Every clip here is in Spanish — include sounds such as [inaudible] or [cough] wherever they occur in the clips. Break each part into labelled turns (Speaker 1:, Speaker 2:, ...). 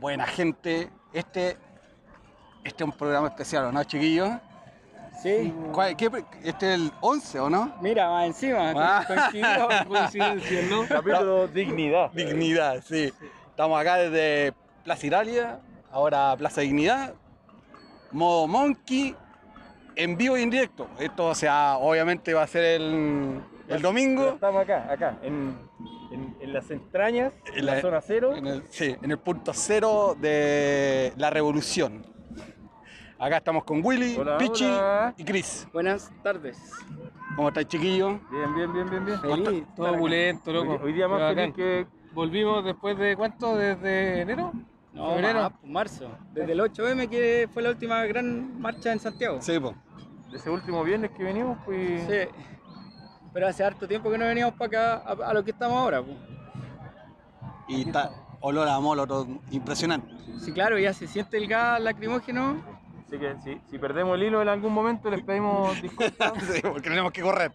Speaker 1: Buena gente, este, este es un programa especial, ¿o ¿no, chiquillos?
Speaker 2: Sí.
Speaker 1: ¿Cuál- qué pre- este es el 11, ¿o no?
Speaker 2: Mira, más encima.
Speaker 1: Ah.
Speaker 2: Coincidió, [laughs] coincidencia, ¿no?
Speaker 3: Capítulo Dignidad.
Speaker 1: Dignidad, sí. Estamos acá desde Plaza Italia, ahora Plaza Dignidad, modo Monkey, en vivo y en directo. Esto, o sea, obviamente va a ser el, el domingo,
Speaker 3: Estamos acá, acá, en, en- en las entrañas, en la, zona cero.
Speaker 1: en el, sí, en el punto cero de la revolución. Acá estamos con Willy,
Speaker 3: Hola,
Speaker 1: Pichi
Speaker 3: hola.
Speaker 1: y Chris.
Speaker 2: Buenas tardes.
Speaker 1: ¿Cómo estáis, chiquillos?
Speaker 3: Bien, bien, bien, bien, bien.
Speaker 2: Feliz.
Speaker 4: Todo opulento,
Speaker 3: Hoy,
Speaker 4: loco.
Speaker 3: hoy día más
Speaker 4: Pero
Speaker 3: feliz
Speaker 4: bacán.
Speaker 3: que
Speaker 4: Volvimos después de cuánto? ¿Desde enero?
Speaker 2: No,
Speaker 4: Febrero.
Speaker 2: más, pues, marzo. Desde el 8M que fue la última gran marcha en Santiago.
Speaker 1: Sí, po.
Speaker 3: de ese último viernes que venimos, pues.
Speaker 2: Sí. Pero hace harto tiempo que no veníamos para acá a, a lo que estamos ahora. pues.
Speaker 1: Y está olor a molotov impresionante.
Speaker 2: Sí, claro, ya se siente el gas lacrimógeno.
Speaker 3: Así que si, si perdemos el hilo en algún momento, les
Speaker 4: [laughs]
Speaker 3: pedimos disculpas.
Speaker 1: Sí, porque tenemos que correr.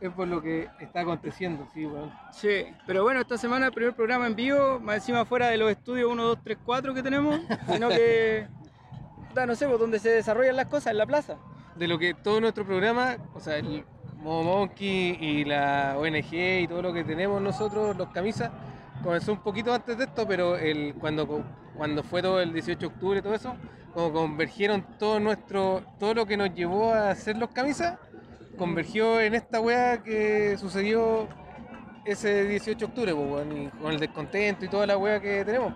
Speaker 4: Es por lo que está aconteciendo, sí, weón.
Speaker 2: Sí, pero bueno, esta semana el primer programa en vivo, más encima fuera de los estudios 1, 2, 3, 4 que tenemos, sino que, [laughs] puta, no sé, pues donde se desarrollan las cosas, en la plaza.
Speaker 4: De lo que todo nuestro programa, o sea, el Momo Monkey y la ONG y todo lo que tenemos nosotros, los camisas, comenzó un poquito antes de esto, pero el, cuando, co- cuando fue todo el 18 de octubre y todo eso, como convergieron todo nuestro, todo lo que nos llevó a hacer los camisas, convergió en esta weá que sucedió ese 18 de octubre, pues, weón, y con el descontento y toda la weá que tenemos.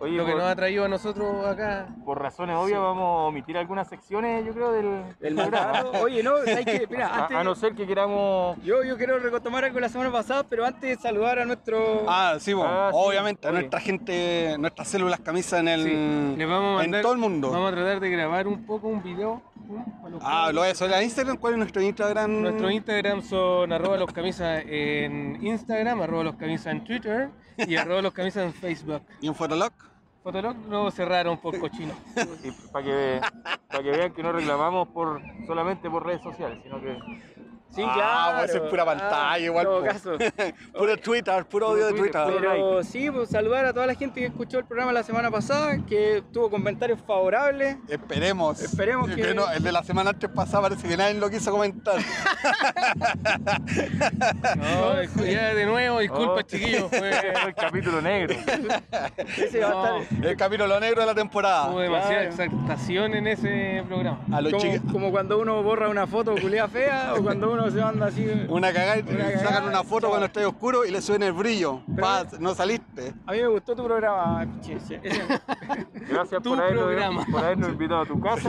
Speaker 3: Oye,
Speaker 4: Lo que
Speaker 3: por,
Speaker 4: nos ha traído a nosotros acá.
Speaker 3: por razones obvias, vamos a omitir algunas secciones, yo creo, del,
Speaker 2: El
Speaker 3: del
Speaker 1: [laughs]
Speaker 2: mandato.
Speaker 3: programa.
Speaker 2: Oye, no, hay que, mira,
Speaker 1: Ah,
Speaker 3: A,
Speaker 2: antes,
Speaker 3: a no ser que queramos.
Speaker 2: yo, yo quiero retomar algo de la semana pasada, pero antes saludar a nuestro...
Speaker 1: Ah, sí, po.
Speaker 3: Ah, sí,
Speaker 1: obviamente,
Speaker 3: oye.
Speaker 1: nuestra gente, nuestras células camisas en el.
Speaker 4: Sí, les vamos a
Speaker 1: en
Speaker 4: mandar-
Speaker 1: todo el mundo.
Speaker 4: Vamos a tratar de grabar un poco un video. ¿no? Para los
Speaker 1: Ah,
Speaker 4: cabros.
Speaker 1: lo es. Hola, Instagram, ¿cuál es nuestro Instagram?
Speaker 4: Nuestro Instagram son arroba los camisas en Instagram, arroba los camisas en Twitter
Speaker 2: [laughs]
Speaker 4: y arroba los camisas en Facebook.
Speaker 1: ¿Y en Fotolog?
Speaker 4: Fotolog lo cerraron por cochino.
Speaker 3: Y para que, para que vean que no reclamamos por solamente por redes sociales, sino que.
Speaker 2: sí,
Speaker 1: ah, pues es pura pantalla igual,
Speaker 2: En todo
Speaker 1: po.
Speaker 2: caso.
Speaker 1: Puro Twitter, puro odio de
Speaker 3: Twitter,
Speaker 1: Twitter.
Speaker 3: puro-
Speaker 2: Ah, Pero sí, pues, saludar a toda la gente que escuchó el programa la semana pasada, que tuvo comentarios favorables.
Speaker 1: Esperemos.
Speaker 2: Esperemos que-
Speaker 1: no, el de la semana antes pasada parece que nadie lo quiso comentar.
Speaker 4: No, discu- ya de nuevo, disculpa
Speaker 3: Oh.
Speaker 2: [laughs]
Speaker 3: [laughs]
Speaker 4: chiquillos, fue,
Speaker 3: el capítulo negro.
Speaker 2: Ese va a
Speaker 4: No.
Speaker 2: estar...
Speaker 1: el capítulo negro de la temporada.
Speaker 4: hubo demasiada
Speaker 2: Claro.
Speaker 4: exaltación en ese
Speaker 2: [laughs]
Speaker 4: programa.
Speaker 1: A los
Speaker 2: Como,
Speaker 1: chiqui-
Speaker 2: como cuando uno borra una foto culiada fea o cuando uno se manda
Speaker 1: [laughs]
Speaker 2: así.
Speaker 1: Una cagada, y
Speaker 2: Una cagada,
Speaker 1: sacan una foto
Speaker 2: chao.
Speaker 1: cuando está oscuro y le suben el brillo.
Speaker 2: Pero-
Speaker 1: Paz, no saliste.
Speaker 2: A mí me gustó tu programa, piche, ese- ese-
Speaker 3: Gracias
Speaker 4: Tu
Speaker 3: por habernos,
Speaker 4: programa.
Speaker 3: por habernos invitado a tu casa,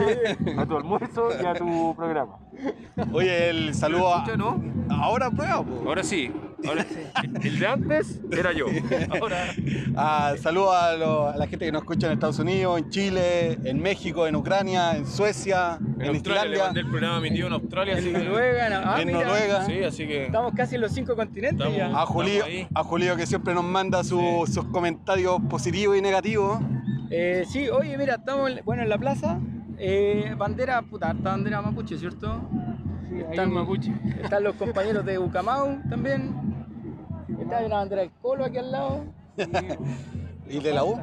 Speaker 3: a tu almuerzo y a tu programa.
Speaker 1: Oye, el saludo a.
Speaker 3: no?
Speaker 1: Ahora prueba, po.
Speaker 3: Ahora sí. El de antes era yo. Ahora.
Speaker 1: Ah, saludo a, lo- a la gente que nos escucha en Estados Unidos, en Chile, en México, en Ucrania, en Suecia, en,
Speaker 5: En Australia, le
Speaker 1: Islandia,
Speaker 5: mandé el programa a mi tío en Australia, así
Speaker 2: en
Speaker 5: que,
Speaker 2: Noruega, no- ah,
Speaker 1: en
Speaker 2: mira,
Speaker 1: Noruega.
Speaker 5: sí, así que
Speaker 2: Estamos casi en los cinco continentes
Speaker 5: Estamos-
Speaker 2: ya.
Speaker 1: A Julio,
Speaker 5: Estamos ahí.
Speaker 1: a Julio que siempre nos manda su- sus comentarios positivos y negativos.
Speaker 2: Eh, sí, oye, mira, estamos en- bueno, en la plaza. eh, bandera, puta, harta bandera mapuche, ¿cierto?
Speaker 4: Sí, ahí
Speaker 2: Están-
Speaker 4: en mapuche.
Speaker 2: Están los compañeros de Bucamau también. Está hay una bandera del Colo aquí al lado.
Speaker 1: ¿Y de la U?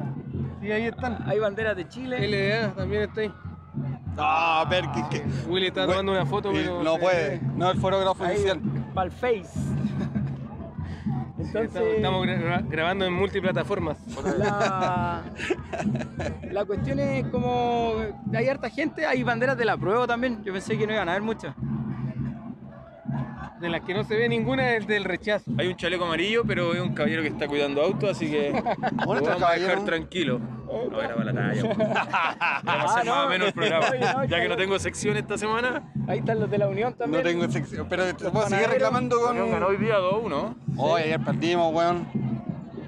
Speaker 4: Sí, ahí están.
Speaker 2: Hay banderas de Chile.
Speaker 4: LDA también está ahí.
Speaker 1: Ah, a ver, que- que-
Speaker 4: Willy está
Speaker 1: Güey,
Speaker 4: tomando una foto,
Speaker 1: y
Speaker 4: pero...
Speaker 1: no puede, no es el fotógrafo
Speaker 2: Hay
Speaker 1: oficial.
Speaker 4: [laughs]
Speaker 2: Balface.
Speaker 4: Sí, estamos-
Speaker 2: Entonces,
Speaker 4: estamos gra- grabando en multiplataformas.
Speaker 2: La, la cuestión es como hay harta gente, hay banderas de la prueba también. Yo pensé que no iban a haber muchas.
Speaker 4: De las que no se ve ninguna es del rechazo.
Speaker 5: hay un chaleco amarillo, pero es un caballero que está cuidando autos, así que lo
Speaker 1: Bueno,
Speaker 5: vamos
Speaker 1: este
Speaker 5: a
Speaker 1: caballero.
Speaker 5: dejar tranquilo. No era para la talla. pues. Vamos a
Speaker 2: Ah,
Speaker 5: hacer más
Speaker 2: no.
Speaker 5: o menos el programa.
Speaker 2: Oye, no,
Speaker 5: ya que
Speaker 2: chale-
Speaker 5: no tengo sección esta semana,
Speaker 2: Ahí están los de la Unión también.
Speaker 1: No tengo sección, pero te puedo seguir
Speaker 2: panaderos,
Speaker 1: reclamando con.
Speaker 5: Unión ganó hoy día 2-1.
Speaker 1: Hoy ayer perdimos, weón.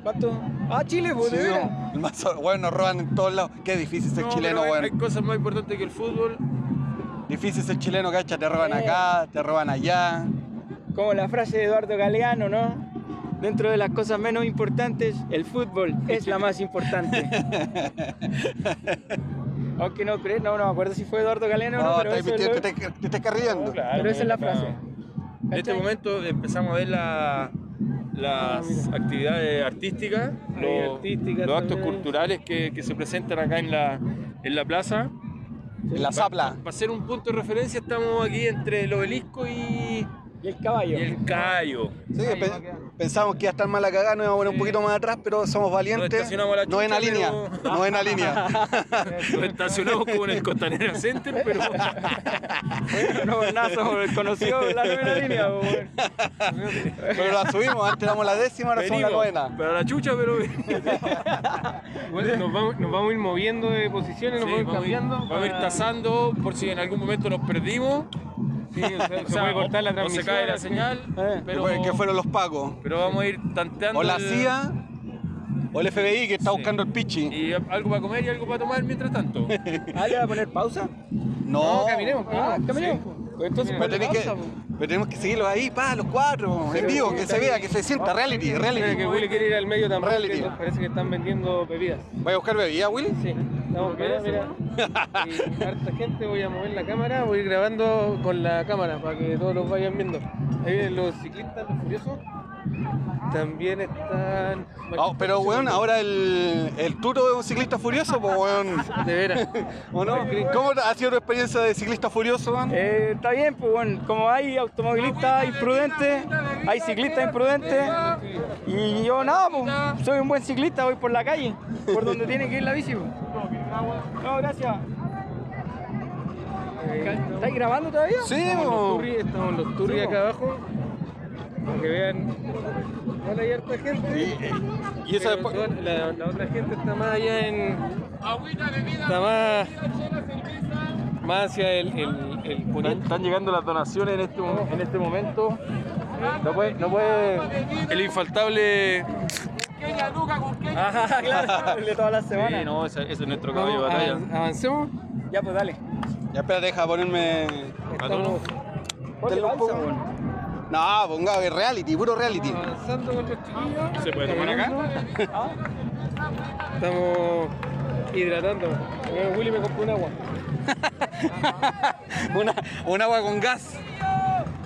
Speaker 2: ¿Cuánto? Ah, Chile, pues,
Speaker 1: Sí,
Speaker 2: de veras.
Speaker 1: no, el mazo- weón, nos roban en todos lados. Qué difícil ser
Speaker 5: No,
Speaker 1: Este chileno,
Speaker 5: pero hay, hay
Speaker 1: weón.
Speaker 5: cosas más importantes que el fútbol.
Speaker 1: Difícil ser chileno, cacha. Te roban
Speaker 2: Eh.
Speaker 1: acá, te roban allá.
Speaker 2: Como la frase de Eduardo Galeano, ¿no? Dentro de las cosas menos importantes, el fútbol es la más [laughs] importante. Aunque no crees, no, no me acuerdo si fue Eduardo Galeano o
Speaker 1: No,
Speaker 2: no, pero,
Speaker 1: te
Speaker 2: eso es lo-
Speaker 1: te, te, te estás carriendo.
Speaker 2: pero esa es la frase.
Speaker 5: En este
Speaker 2: ¿Cachai?
Speaker 5: momento empezamos a ver la,
Speaker 4: las actividades artísticas,
Speaker 3: Hay
Speaker 4: los,
Speaker 3: artísticas
Speaker 4: los actos
Speaker 3: también.
Speaker 4: culturales que, que se presentan acá en la, en la plaza.
Speaker 1: En la zapla.
Speaker 4: Para ser un punto de referencia, estamos aquí entre el obelisco y,
Speaker 2: Y el caballo.
Speaker 4: y el callo.
Speaker 1: Sí, pe- pensamos que iba a estar mal la cagada, nos íbamos a poner un poquito más atrás, pero somos
Speaker 4: Nos
Speaker 1: valientes.
Speaker 4: estacionamos a la
Speaker 1: No en la
Speaker 4: chucha,
Speaker 1: línea,
Speaker 4: pero-
Speaker 1: no en la
Speaker 4: [laughs]
Speaker 1: línea.
Speaker 4: Nos estacionamos como en el Costanera Center,
Speaker 3: [laughs]
Speaker 4: pero
Speaker 2: [laughs] Bueno, no, nada, [laughs] somos conocidos la primera línea. pues, po, weón.
Speaker 1: Pero la subimos, antes éramos la décima, ahora somos la
Speaker 4: venimos.
Speaker 1: novena.
Speaker 4: Para la chucha, pero
Speaker 3: Igual nos vamos, nos vamos a ir moviendo de posiciones, nos
Speaker 4: Sí,
Speaker 3: vamos a ir
Speaker 4: vamos
Speaker 3: cambiando.
Speaker 4: a ir- vamos a ir
Speaker 3: para-
Speaker 4: tasando por si en algún momento nos perdimos.
Speaker 3: Sí, o sea, se
Speaker 4: O sea,
Speaker 3: puede cortar la
Speaker 4: o- o
Speaker 3: transmisión.
Speaker 4: se cae la
Speaker 3: así.
Speaker 4: señal,
Speaker 2: Eh,
Speaker 4: pero,
Speaker 1: Que fueron los pacos.
Speaker 4: pero vamos a ir tanteando.
Speaker 1: O la
Speaker 4: el-
Speaker 1: CIA, o el FBI que está
Speaker 4: Sí.
Speaker 1: buscando el pichi.
Speaker 4: Y algo para comer y algo para tomar
Speaker 3: [laughs]
Speaker 4: mientras tanto.
Speaker 2: Ah, ¿le va a poner pausa?
Speaker 1: No,
Speaker 3: No, caminemos,
Speaker 2: Ah,
Speaker 3: caminemos.
Speaker 2: caminemos. po. Entonces, pues,
Speaker 1: Pero,
Speaker 2: ponle
Speaker 1: tenés que-
Speaker 2: pausa, po.
Speaker 1: pero tenemos que seguirlos ahí, pa, los cuatro, en vivo, que se vea, que se sienta, reality,
Speaker 3: Espera
Speaker 1: reality.
Speaker 3: que Willy quiere ir al medio también.
Speaker 1: Reality.
Speaker 3: porque Parece que están vendiendo bebidas.
Speaker 1: ¿Voy a buscar bebida, Willy?
Speaker 2: pues.
Speaker 3: Sí, estamos mira, mira. Y harta gente, voy a mover la cámara, voy a ir grabando con la cámara para que todos los vayan viendo. Ahí vienen los ciclistas, los furiosos. También están.
Speaker 1: Ah, pero, weón, ahora el, el Turo es un ciclista furioso, pues, weón.
Speaker 3: [laughs]
Speaker 1: [laughs]
Speaker 3: De veras.
Speaker 1: ¿O no? ¿Cómo ha sido tu experiencia de ciclista furioso, weón?
Speaker 2: Eh, está bien, pues bueno, como hay automovilistas imprudentes, hay ciclistas imprudentes, y yo nada, pues, soy un buen ciclista, voy por la calle, por donde tiene que ir la bici. pues. No, gracias. ¿Estáis grabando todavía?
Speaker 1: Sí,
Speaker 3: Estamos los
Speaker 1: weón.
Speaker 3: turri, estamos los turri acá abajo. Para que vean. Igual hay harta gente.
Speaker 1: Y esa
Speaker 3: pero
Speaker 1: después-
Speaker 3: toda la, la otra gente está más allá en. Está más. Más hacia el, el, el
Speaker 6: Están,
Speaker 3: poniente.
Speaker 6: están llegando las donaciones en este, mom- en este momento. No puede, no puede.
Speaker 4: El infaltable.
Speaker 2: [laughs] Ah, claro, de todas las semanas.
Speaker 6: Sí, no, ese, ese es nuestro caballo de
Speaker 3: Vamos,
Speaker 6: batalla.
Speaker 3: avan- avancemos.
Speaker 2: Ya, pues dale.
Speaker 1: Ya, espera, deja ponerme...
Speaker 3: Estamos
Speaker 2: Ponle
Speaker 1: Dale un
Speaker 2: pausa, pues.
Speaker 1: poco.
Speaker 2: bueno.
Speaker 1: No, ponga que reality, puro reality.
Speaker 3: avanzando con los chiquillos.
Speaker 4: ¿Se puede tomar acá?
Speaker 3: Estamos hidratando. Eh, Willy me compró un agua.
Speaker 1: Una, un agua con gas.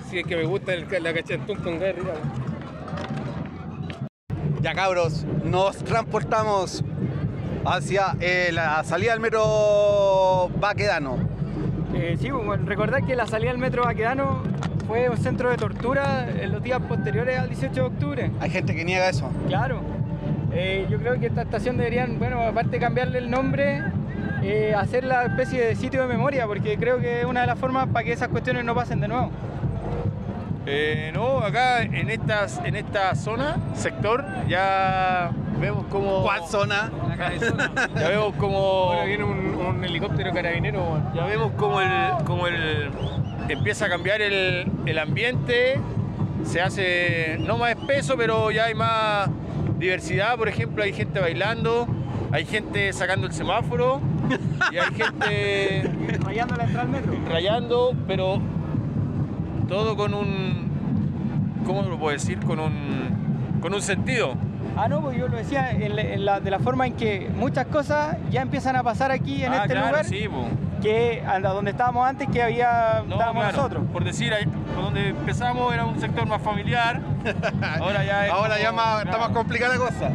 Speaker 3: Si es que me gusta el, ca- la cachantún con Gary.
Speaker 1: Ya cabros, nos transportamos hacia eh, la salida del metro Baquedano.
Speaker 2: Eh, sí, pues, bueno, recordad que la salida del metro Baquedano fue un centro de tortura en los días posteriores al 18 de octubre.
Speaker 1: Hay gente que niega eso.
Speaker 2: Claro. Eh, yo creo que esta estación deberían, bueno, aparte de cambiarle el nombre, eh, hacerla especie de sitio de memoria, porque creo que es una de las formas para que esas cuestiones no pasen de nuevo. [laughs]
Speaker 4: Eh, no, acá en, estas, en esta zona, sector, ya vemos como.
Speaker 1: ¿Cuál zona?
Speaker 3: La cabezona.
Speaker 4: [laughs] Ya vemos como.
Speaker 3: Ahora viene un, un helicóptero carabinero. weón.
Speaker 4: Ya vemos como el, como el empieza a cambiar el, el ambiente, se hace no más espeso, pero ya hay más diversidad. Por ejemplo, hay gente bailando, hay gente sacando el semáforo y
Speaker 1: [laughs]
Speaker 4: hay gente
Speaker 2: Rayando la entrada al metro.
Speaker 4: rayando, pero todo con un, ¿cómo lo puedo decir? Con un, con un sentido.
Speaker 2: Ah, no, pues yo lo decía en la- en la- de la forma en que muchas cosas ya empiezan a pasar aquí en
Speaker 4: Ah,
Speaker 2: este
Speaker 4: claro,
Speaker 2: lugar,
Speaker 4: sí, po.
Speaker 2: que a la- donde estábamos antes, que había,
Speaker 4: No,
Speaker 2: estábamos
Speaker 4: claro,
Speaker 2: nosotros.
Speaker 4: Por decir, ahí- por donde empezamos era un sector
Speaker 2: [laughs]
Speaker 4: más familiar, ahora ya es
Speaker 1: Ahora
Speaker 4: como-
Speaker 1: ya más, está
Speaker 4: claro.
Speaker 1: más complicada la cosa.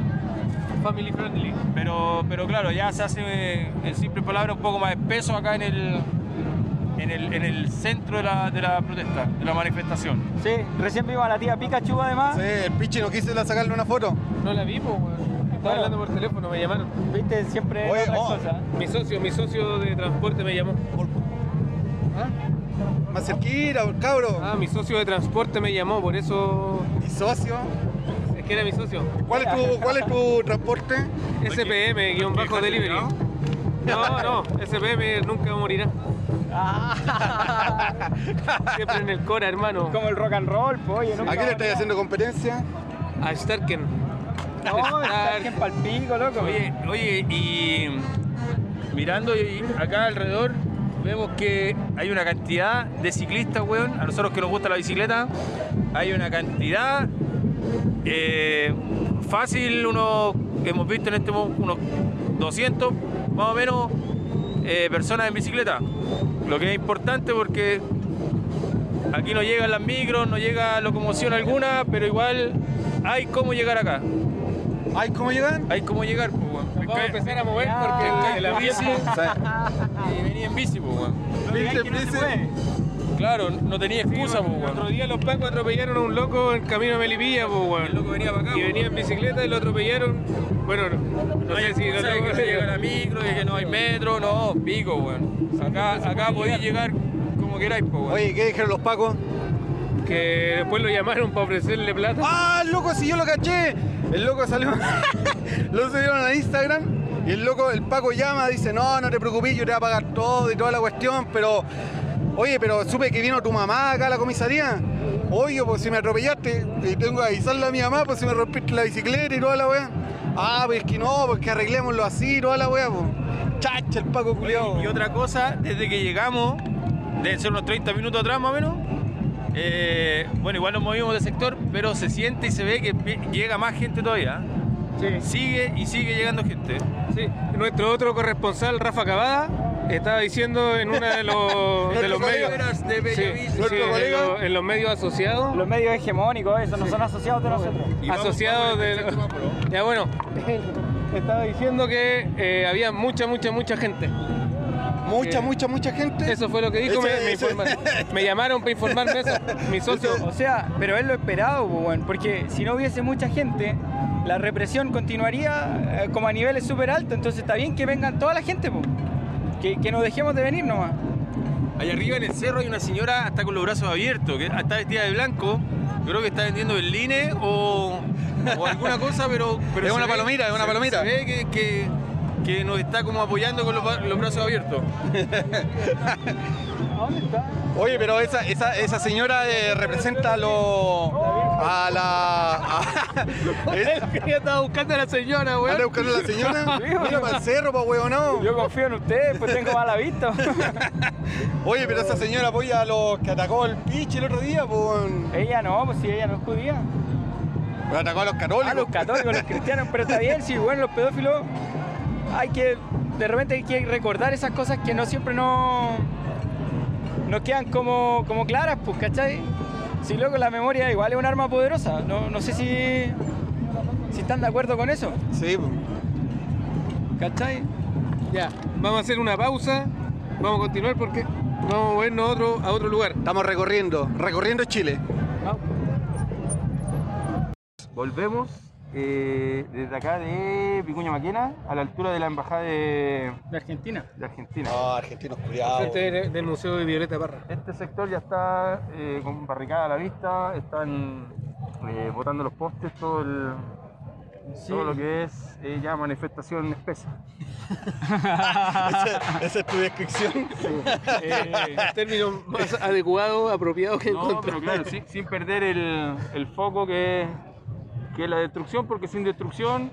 Speaker 3: Family friendly.
Speaker 4: Pero, pero claro, ya se hace, eh, en simples palabras, un poco más espeso acá en el, en el, en el centro de la, de la protesta, de la manifestación.
Speaker 2: Sí, recién vimos a la tía Pikachu además.
Speaker 1: Sí, el pichi no quiso ir a sacarle una foto.
Speaker 3: No la vi, po, weón. Estaba
Speaker 2: Bueno.
Speaker 3: hablando por teléfono, me llamaron.
Speaker 2: Viste, siempre
Speaker 1: Oye,
Speaker 2: otras
Speaker 1: oh.
Speaker 2: cosas.
Speaker 3: Mi socio, mi socio de transporte me llamó.
Speaker 1: Más cerquita, cabro.
Speaker 3: Ah, mi socio de transporte me llamó, por eso
Speaker 1: Y socio.
Speaker 3: es que era mi socio.
Speaker 1: ¿Cuál es tu, cuál es tu transporte?
Speaker 3: SPM, guión bajo delivery. No, no, SPM nunca morirá. Siempre en el Cora, hermano.
Speaker 2: Como el rock and roll, pues, oye,
Speaker 1: ¿A quién
Speaker 2: nunca
Speaker 1: le
Speaker 2: morirá.
Speaker 1: estáis haciendo competencia?
Speaker 3: A Starken.
Speaker 1: [laughs]
Speaker 2: No, está en palpico, loco.
Speaker 4: Oye, oye, y mirando y- acá alrededor, vemos que hay una cantidad de ciclistas, weón. A nosotros que nos gusta la bicicleta, hay una cantidad eh, fácil, unos, hemos visto en este momento unos 200 más o menos eh, personas en bicicleta. Lo que es importante porque aquí no llegan las micros, no llega locomoción alguna, pero igual hay cómo llegar acá.
Speaker 7: ¿Ay, cómo llegan?
Speaker 4: Hay cómo llegar, pues, weón.
Speaker 7: Vamos a
Speaker 4: Pesca-
Speaker 7: empezar a mover porque
Speaker 4: pesca
Speaker 7: el-
Speaker 4: en
Speaker 7: la
Speaker 4: la
Speaker 7: bici.
Speaker 4: bici y venía en bici, pues, weón. Claro, no tenía excusa, pues,
Speaker 7: El otro
Speaker 4: weón.
Speaker 7: día los pacos atropellaron a un loco en camino a Melipilla, pues, weón.
Speaker 4: El loco venía para acá.
Speaker 7: Y
Speaker 4: pues,
Speaker 7: venía en
Speaker 4: weón.
Speaker 7: bicicleta y lo atropellaron. Bueno, no, no
Speaker 4: No hay
Speaker 7: sé si lo
Speaker 4: excusa de que no llega la micro, de que no hay metro, no, pico, weón. Acá, acá podéis llegar como queráis, pues, weón.
Speaker 1: Oye, ¿qué dijeron los pacos?
Speaker 7: Que después lo llamaron para ofrecerle plata.
Speaker 1: ¡Ah, el loco, si yo lo caché! El loco salió. [laughs] lo subieron a Instagram. Y el loco, el Paco llama, dice, no, no te preocupes, yo te voy a pagar todo y toda la cuestión, pero. Oye, pero supe que vino tu mamá acá a la comisaría. Oye, pues si me atropellaste, y tengo que avisarle a mi mamá, pues si me rompiste la bicicleta y toda la weá. Ah, pues que no, pues que arreglémoslo así y toda la weá, pues. Chacha, el Paco culiao.
Speaker 4: Y otra cosa, desde que llegamos, deben ser unos 30 minutos atrás más o menos, eh, bueno, igual nos movimos de sector, pero se siente y se ve que pi- llega más gente todavía. ¿eh?
Speaker 7: Sí.
Speaker 4: Sigue y sigue llegando gente.
Speaker 7: Sí, nuestro otro corresponsal, Rafa Cavada, estaba diciendo en uno de
Speaker 1: [laughs]
Speaker 7: los, de los medios. Sí, sí, en los- en los medios asociados.
Speaker 2: Los medios hegemónicos, esos no son asociados de nosotros.
Speaker 7: asociados de.
Speaker 4: [laughs]
Speaker 7: Ya bueno, estaba diciendo que eh, había mucha, mucha, mucha gente.
Speaker 1: Mucha,
Speaker 7: Eh,
Speaker 1: mucha, mucha gente.
Speaker 7: Eso fue lo que dijo, me,
Speaker 1: Ese-
Speaker 7: me
Speaker 1: ese- [laughs]
Speaker 7: informa- me llamaron para informarme eso, mi socio.
Speaker 2: O sea, pero es lo esperado, po, weón, porque si no hubiese mucha gente, la represión continuaría eh, como a niveles súper altos, entonces está bien que vengan toda la gente, po. que, que nos dejemos de venir nomás.
Speaker 4: Allá arriba en el cerro hay una señora hasta con los brazos abiertos, que está vestida de blanco. Yo creo que está vendiendo el line o, o alguna cosa, pero, pero
Speaker 1: Es
Speaker 4: se
Speaker 1: una
Speaker 4: ve-
Speaker 1: palomita, es una
Speaker 4: se-
Speaker 1: palomita.
Speaker 4: Se ve que, que- que nos está como apoyando con los, ba- los brazos abiertos.
Speaker 1: Oye, pero esa, esa, esa señora eh, representa a lo. a la. A, [laughs] es-
Speaker 7: Yo estaba buscando a la señora, weón.
Speaker 1: anda buscando a la señora. Mira para el cerro, pa' huevo,
Speaker 2: Yo confío en ustedes, pues tengo mala vista.
Speaker 1: [laughs] Oye, pero esa señora apoya a los que atacó el piche el otro día, pues.
Speaker 2: ella no, pues si ella no es judía.
Speaker 1: Atacó a los católicos.
Speaker 2: A los católicos, Ah, los cristianos, pero está bien, si bueno, los pedófilos hay que, de repente hay que recordar esas cosas que no siempre no, no quedan como, como claras, pues, ¿cachai? Si luego la memoria igual es un arma poderosa, no, no sé si, si están de acuerdo con eso,
Speaker 1: Sí, pues.
Speaker 2: ¿cachai?
Speaker 7: Ya, vamos a hacer una pausa, vamos a continuar porque vamos a movernos a otro, a otro lugar.
Speaker 1: Estamos recorriendo, recorriendo Chile.
Speaker 3: Volvemos eh, desde acá de Vicuña Maquena a la altura de la embajada de,
Speaker 2: De Argentina.
Speaker 3: de Argentina.
Speaker 1: Ah, argentinos culiados.
Speaker 7: Frente de- Este del Museo de Violeta Parra.
Speaker 3: Este sector ya está eh, con barricada a la vista, están eh, botando los postes, todo, el, todo lo que es eh, ya manifestación espesa.
Speaker 2: [laughs]
Speaker 1: Esa, esa es tu
Speaker 7: [laughs]
Speaker 1: descripción.
Speaker 7: término más
Speaker 1: [laughs]
Speaker 7: adecuado, apropiado que
Speaker 3: No, pero claro, sí- sin perder el, el foco que es, que es la destrucción, porque sin destrucción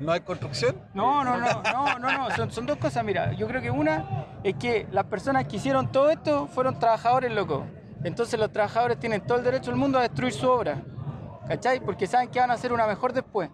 Speaker 1: ¿No hay construcción?
Speaker 2: No, no, no, no, no, no, son, son dos cosas, mira, yo creo que una es que las personas que hicieron todo esto fueron trabajadores, loco. Entonces los trabajadores tienen todo el derecho del mundo a destruir su obra, ¿cachai? Porque saben que van a hacer una mejor después.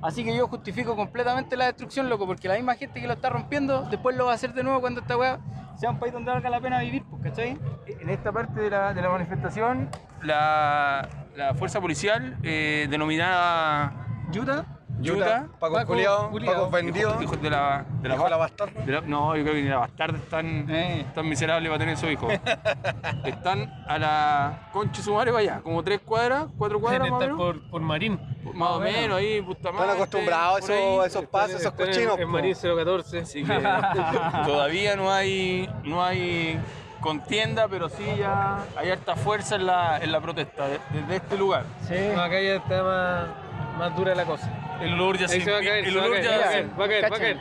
Speaker 2: Así que yo justifico completamente la destrucción, loco, porque la misma gente que lo está rompiendo, después lo va a hacer de nuevo cuando esta weá sea un país donde valga la pena vivir, pues, ¿cachai?
Speaker 3: en esta parte de la, de la manifestación
Speaker 4: La, la fuerza policial eh, denominada Yuta. Yuta.
Speaker 1: Paco,
Speaker 7: Paco
Speaker 1: culiao,
Speaker 7: culiao.
Speaker 1: Paco vendido.
Speaker 4: Hijos de la, de la
Speaker 1: Hijo de la
Speaker 4: ba-
Speaker 1: bastarda.
Speaker 4: de la- no, yo creo que ni la bastarda es tan,
Speaker 2: Eh.
Speaker 4: tan miserable va a tener su [laughs] hijo. Están a la concha de su madre para allá, como tres cuadras, cuatro cuadras más o menos.
Speaker 7: por, por Marín.
Speaker 4: Más o menos ahí, Bustamante.
Speaker 7: Ah,
Speaker 1: Están acostumbrados
Speaker 4: por
Speaker 1: a
Speaker 4: ahí.
Speaker 1: esos, a esos pasos, esos
Speaker 7: Están en-
Speaker 1: cochinos.
Speaker 7: En,
Speaker 1: po.
Speaker 7: Marín 014.
Speaker 4: Así [laughs] que todavía no hay, no hay contienda, pero sí ya hay harta fuerza en la, en la protesta de- desde este lugar.
Speaker 7: No, acá ya está más, más dura la cosa.
Speaker 4: El olor ya
Speaker 7: Ahí se va a caer,
Speaker 4: el
Speaker 7: se va a
Speaker 4: olor
Speaker 7: caer,
Speaker 4: ya
Speaker 7: va a
Speaker 4: se-
Speaker 7: caer, va a caer, va a caer.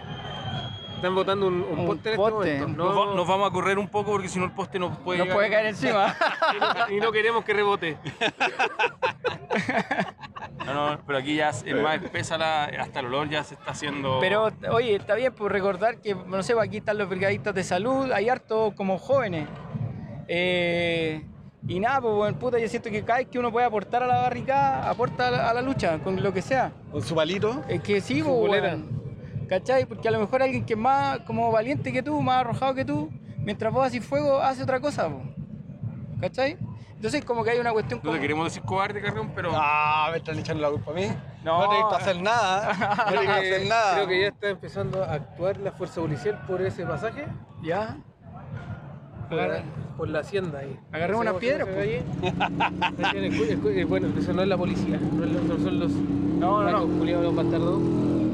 Speaker 7: Están botando un, un
Speaker 2: Un
Speaker 7: poste en este
Speaker 2: poste.
Speaker 7: momento.
Speaker 4: Nos, va-
Speaker 7: No,
Speaker 4: nos vamos a correr un poco porque si no el poste no puede
Speaker 2: No
Speaker 4: llegar.
Speaker 2: puede caer encima.
Speaker 7: [laughs] y no- y no queremos que rebote.
Speaker 4: No, no, pero aquí ya es es más espesa la, hasta el olor ya se está haciendo.
Speaker 2: Pero, oye, está bien por recordar que, no sé, pues, aquí están los brigadistas de salud, hay harto como jóvenes. Eh, y nada, pues, bueno, puta, yo siento que cada vez que uno puede aportar a la barricada, aporta a la, a la lucha, con lo que sea.
Speaker 1: Con su palito.
Speaker 2: Es que sí,
Speaker 7: Su
Speaker 2: pues,
Speaker 7: bolera.
Speaker 2: weón. ¿Cachai? Porque a lo mejor alguien que es más como valiente que tú, más arrojado que tú, mientras vos haces fuego, hace otra cosa, po. pues. ¿cachai? Entonces, como que hay una cuestión
Speaker 4: No
Speaker 2: como.
Speaker 4: te queremos decir cobarde, Carrión, pero.
Speaker 8: Ah, me están echando la culpa a mí.
Speaker 2: No.
Speaker 8: No, te he visto hacer nada. No te
Speaker 7: [laughs]
Speaker 8: he visto hacer nada.
Speaker 7: Creo que ya está empezando a actuar la fuerza policial por ese pasaje,
Speaker 2: Ya.
Speaker 7: por, por la hacienda ahí.
Speaker 2: Agarremos unas
Speaker 7: una piedra
Speaker 2: piedras, pues.
Speaker 7: Bueno, eso no es la policía, no, es lo- no son los
Speaker 2: No, no, no.
Speaker 7: blancos culiados, los bastardos.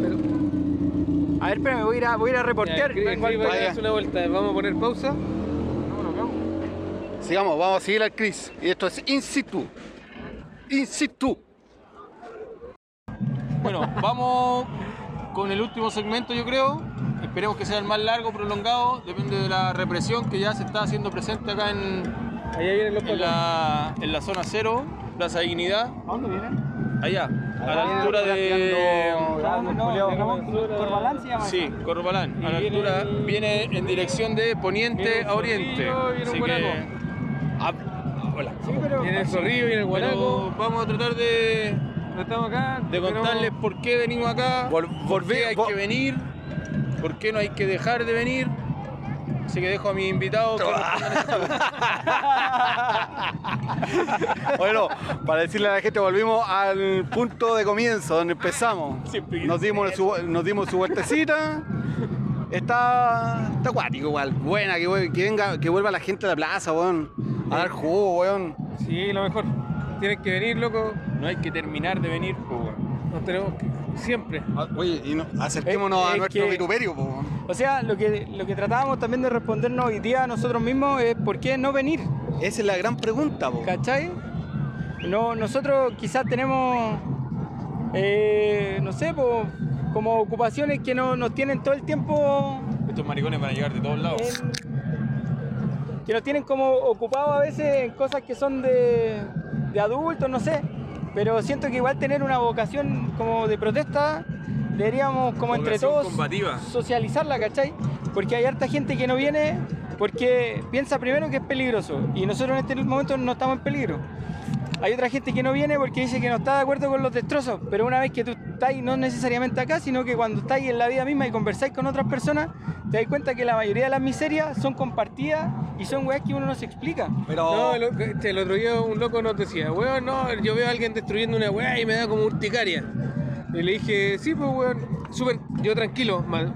Speaker 7: Pero
Speaker 2: A ver, espérame, voy a ir a, voy a, ir a
Speaker 7: Ya,
Speaker 2: reportear.
Speaker 7: escribe-
Speaker 2: Vengo al-
Speaker 7: escribe ahí, haz una vuelta, vamos a poner pausa.
Speaker 1: Sigamos, vamos a seguir al Chris. Y esto es in situ. In situ.
Speaker 4: Bueno, vamos con el último segmento, yo creo. Esperemos que sea el más largo, prolongado. Depende de la represión que ya se está haciendo presente acá en,
Speaker 7: Allá vienen los
Speaker 4: en
Speaker 7: pacos.
Speaker 4: la, en la zona cero, Plaza Dignidad.
Speaker 2: ¿A dónde viene?
Speaker 4: Allá, a la altura de.
Speaker 2: balance llama.
Speaker 4: Sí, Corbalán. A la
Speaker 7: Y viene
Speaker 4: altura
Speaker 7: el-
Speaker 4: viene en dirección de poniente
Speaker 7: viene un
Speaker 4: a oriente.
Speaker 7: zorrillo, viene un
Speaker 4: Así que.
Speaker 7: guanaco.
Speaker 4: Ah, hola.
Speaker 2: Sí, pero.
Speaker 7: Viene el zorrillo, viene
Speaker 4: Pero
Speaker 7: el guanaco.
Speaker 4: vamos a tratar de,
Speaker 7: No estamos acá.
Speaker 4: de
Speaker 7: pero-
Speaker 4: contarles por qué venimos acá.
Speaker 8: Vol-
Speaker 4: ¿Por qué
Speaker 8: volví-
Speaker 4: hay
Speaker 8: vo-
Speaker 4: que venir? ¿Por qué no hay que dejar de venir? Así que dejo a mis invitados. que
Speaker 1: Bueno, para decirle a la gente, volvimos al punto de comienzo, donde empezamos.
Speaker 4: Siempre quise
Speaker 1: Nos dimos su, nos dimos su vueltecita. Está, está acuático igual. Buena, que, vuel- que venga, que vuelva la gente a la plaza, weón. A dar jugo, weón.
Speaker 7: Sí, lo mejor. Tienen que venir, loco.
Speaker 4: no hay que terminar de venir. po, weón.
Speaker 7: Nos tenemos que... Siempre.
Speaker 1: Ah, Oye, y no- acerquémonos
Speaker 2: Es-
Speaker 1: a
Speaker 2: es
Speaker 1: nuestro
Speaker 2: que-
Speaker 1: vituperio, po, weón.
Speaker 2: O sea, lo que, lo que tratábamos también de respondernos hoy día nosotros mismos es por qué no venir,
Speaker 1: Esa es la gran pregunta, po.
Speaker 2: ¿cachai? No, nosotros quizás tenemos, eh, no sé, po, como ocupaciones que no, nos tienen todo el tiempo,
Speaker 4: Estos maricones van a llegar de todos lados.
Speaker 2: en- que nos tienen como ocupados a veces en cosas que son de, de adultos, no sé. Pero siento que igual tener una vocación como de protesta, deberíamos como entre
Speaker 4: Población
Speaker 2: todos
Speaker 4: combativa.
Speaker 2: socializarla, ¿cachai? Porque hay harta gente que no viene porque piensa primero que es peligroso y nosotros en este momento no estamos en peligro. Hay otra gente que no viene porque dice que no está de acuerdo con los destrozos, pero una vez que tú estás no necesariamente acá, sino que cuando estás en la vida misma y conversáis con otras personas, te das cuenta que la mayoría de las miserias son compartidas y son weas que uno no se explica.
Speaker 7: No, el, otro- este, el otro día un loco nos decía, weón, no, yo veo a alguien destruyendo una weá y me da como urticaria. Y le dije, sí, pues weón, súper, yo tranquilo, mal,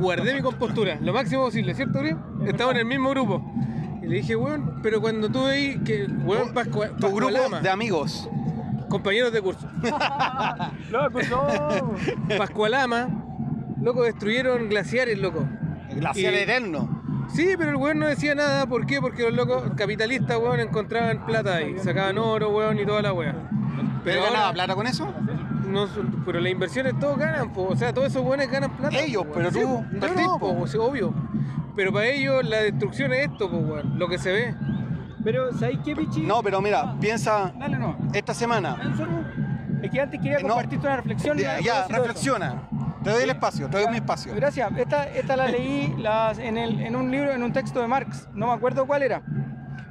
Speaker 7: guardé mi compostura, lo máximo posible, ¿cierto, Uri? Estaba en el mismo grupo. Y le dije, weón, pero cuando tú veis que, weón, Pascua,
Speaker 1: Tu grupo
Speaker 7: Pascualama,
Speaker 1: de amigos.
Speaker 7: compañeros de curso,
Speaker 2: Loco, no.
Speaker 7: Pascualama, loco, destruyeron glaciares, loco.
Speaker 1: El glaciar
Speaker 7: Y-
Speaker 1: eterno.
Speaker 7: Sí, pero el weón no decía nada, ¿por qué? Porque los locos capitalistas, weón, encontraban plata ahí, sacaban oro, weón, y toda la weá.
Speaker 1: ¿Pero
Speaker 7: ahora-
Speaker 1: ganaba plata con eso?
Speaker 7: No, su- pero las inversiones todos ganan, po. o sea, todos esos buenos ganan plata.
Speaker 1: Ellos,
Speaker 7: po,
Speaker 1: pero
Speaker 7: weón.
Speaker 1: tú
Speaker 7: Sí,
Speaker 1: partís,
Speaker 7: yo no, po,
Speaker 1: po.
Speaker 7: o sea, obvio. Pero para ellos la destrucción es esto, po, weón, lo que se ve.
Speaker 2: [laughs] Pero ¿sabéis qué, Pichi?
Speaker 1: No, pero mira, piensa
Speaker 2: Dale, no.
Speaker 1: esta semana.
Speaker 2: Dale, sorbo. Es que antes quería
Speaker 1: Eh, No.
Speaker 2: compartirte una reflexión. a
Speaker 1: Ya,
Speaker 2: propósito de eso.
Speaker 1: reflexiona. Te doy el espacio, te doy mi espacio.
Speaker 2: Gracias. Esta, esta la leí las- en, el- en un libro, en un texto de Marx. No me acuerdo cuál era.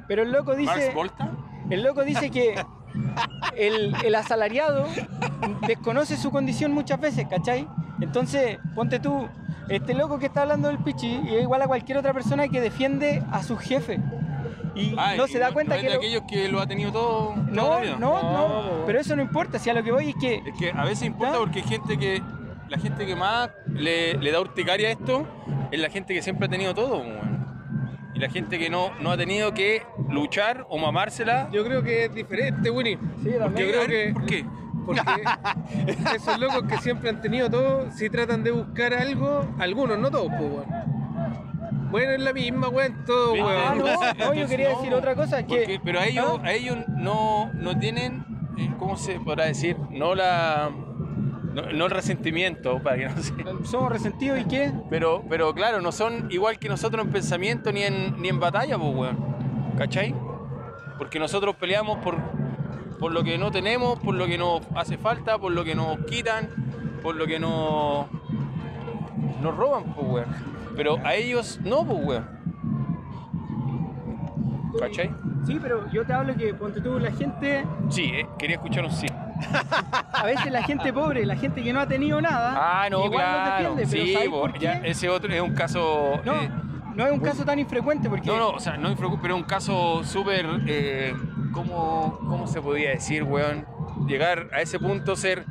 Speaker 2: Pero el loco dice,
Speaker 4: Marx Volta.
Speaker 2: el loco dice que el, el asalariado desconoce su condición muchas veces, ¿cachai? Entonces, ponte tú, este loco que está hablando del pichi y es igual a cualquier otra persona que defiende a su jefe. Y
Speaker 4: Ah,
Speaker 2: no
Speaker 4: y
Speaker 2: se da cuenta
Speaker 4: es
Speaker 2: que...
Speaker 4: de
Speaker 2: lo-
Speaker 4: aquellos que lo ha tenido todo. toda la
Speaker 2: No,
Speaker 4: vida.
Speaker 2: no, no,
Speaker 7: No.
Speaker 2: pero eso no importa. Si a lo que voy es que
Speaker 4: Es que a veces importa
Speaker 2: ¿Ya?
Speaker 4: porque hay gente que. La gente que más le, le da urticaria a esto es la gente que siempre ha tenido todo, pues, weón. Y la gente que no, no ha tenido que luchar o mamársela.
Speaker 7: Yo creo que es diferente, Winnie.
Speaker 2: Sí,
Speaker 7: Porque
Speaker 2: también.
Speaker 7: creo
Speaker 4: A ver,
Speaker 7: que.
Speaker 4: ¿Por qué?
Speaker 1: [laughs]
Speaker 7: Porque esos locos que siempre han tenido todo, si tratan de buscar algo, algunos, no todos, po, weón. Bueno, es la misma, weón, todo,
Speaker 4: ¿Viste?
Speaker 2: Ah,
Speaker 7: weón.
Speaker 2: no,
Speaker 4: Entonces,
Speaker 2: no, yo quería decir otra cosa, que-
Speaker 4: porque- pero a ellos,
Speaker 2: ¿Ah?
Speaker 4: a ellos no, no tienen, eh, ¿cómo se podrá decir? No la. No, no el resentimiento, para que no [laughs] se.
Speaker 2: somos resentidos y que...
Speaker 4: Pero, pero claro, no son igual que nosotros en pensamiento ni en, ni en batalla, pues, weón. ¿Cachai? Porque nosotros peleamos por, por lo que no tenemos, por lo que nos hace falta, por lo que nos quitan, por lo que nos, nos roban, pues, weón. Pero a ellos no, pues, weón. ¿Cachai?
Speaker 2: Sí, pero yo te hablo que ponte tú la gente,
Speaker 4: Sí, eh, quería escuchar un sí.
Speaker 2: Ah, a veces la gente pobre, la gente que no ha tenido nada,
Speaker 4: Ah, no,
Speaker 2: igual nos
Speaker 4: claro.
Speaker 2: defiende, pero
Speaker 4: sí,
Speaker 2: ¿sabéis
Speaker 4: po,
Speaker 2: por qué?
Speaker 4: ya, ese otro es un caso.
Speaker 2: No,
Speaker 4: eh,
Speaker 2: no es un caso tan infrecuente porque
Speaker 4: No, no, o sea, no me preocupo, pero es un caso súper eh, ¿cómo, ¿cómo se podía decir, weón? Llegar a ese punto, ser,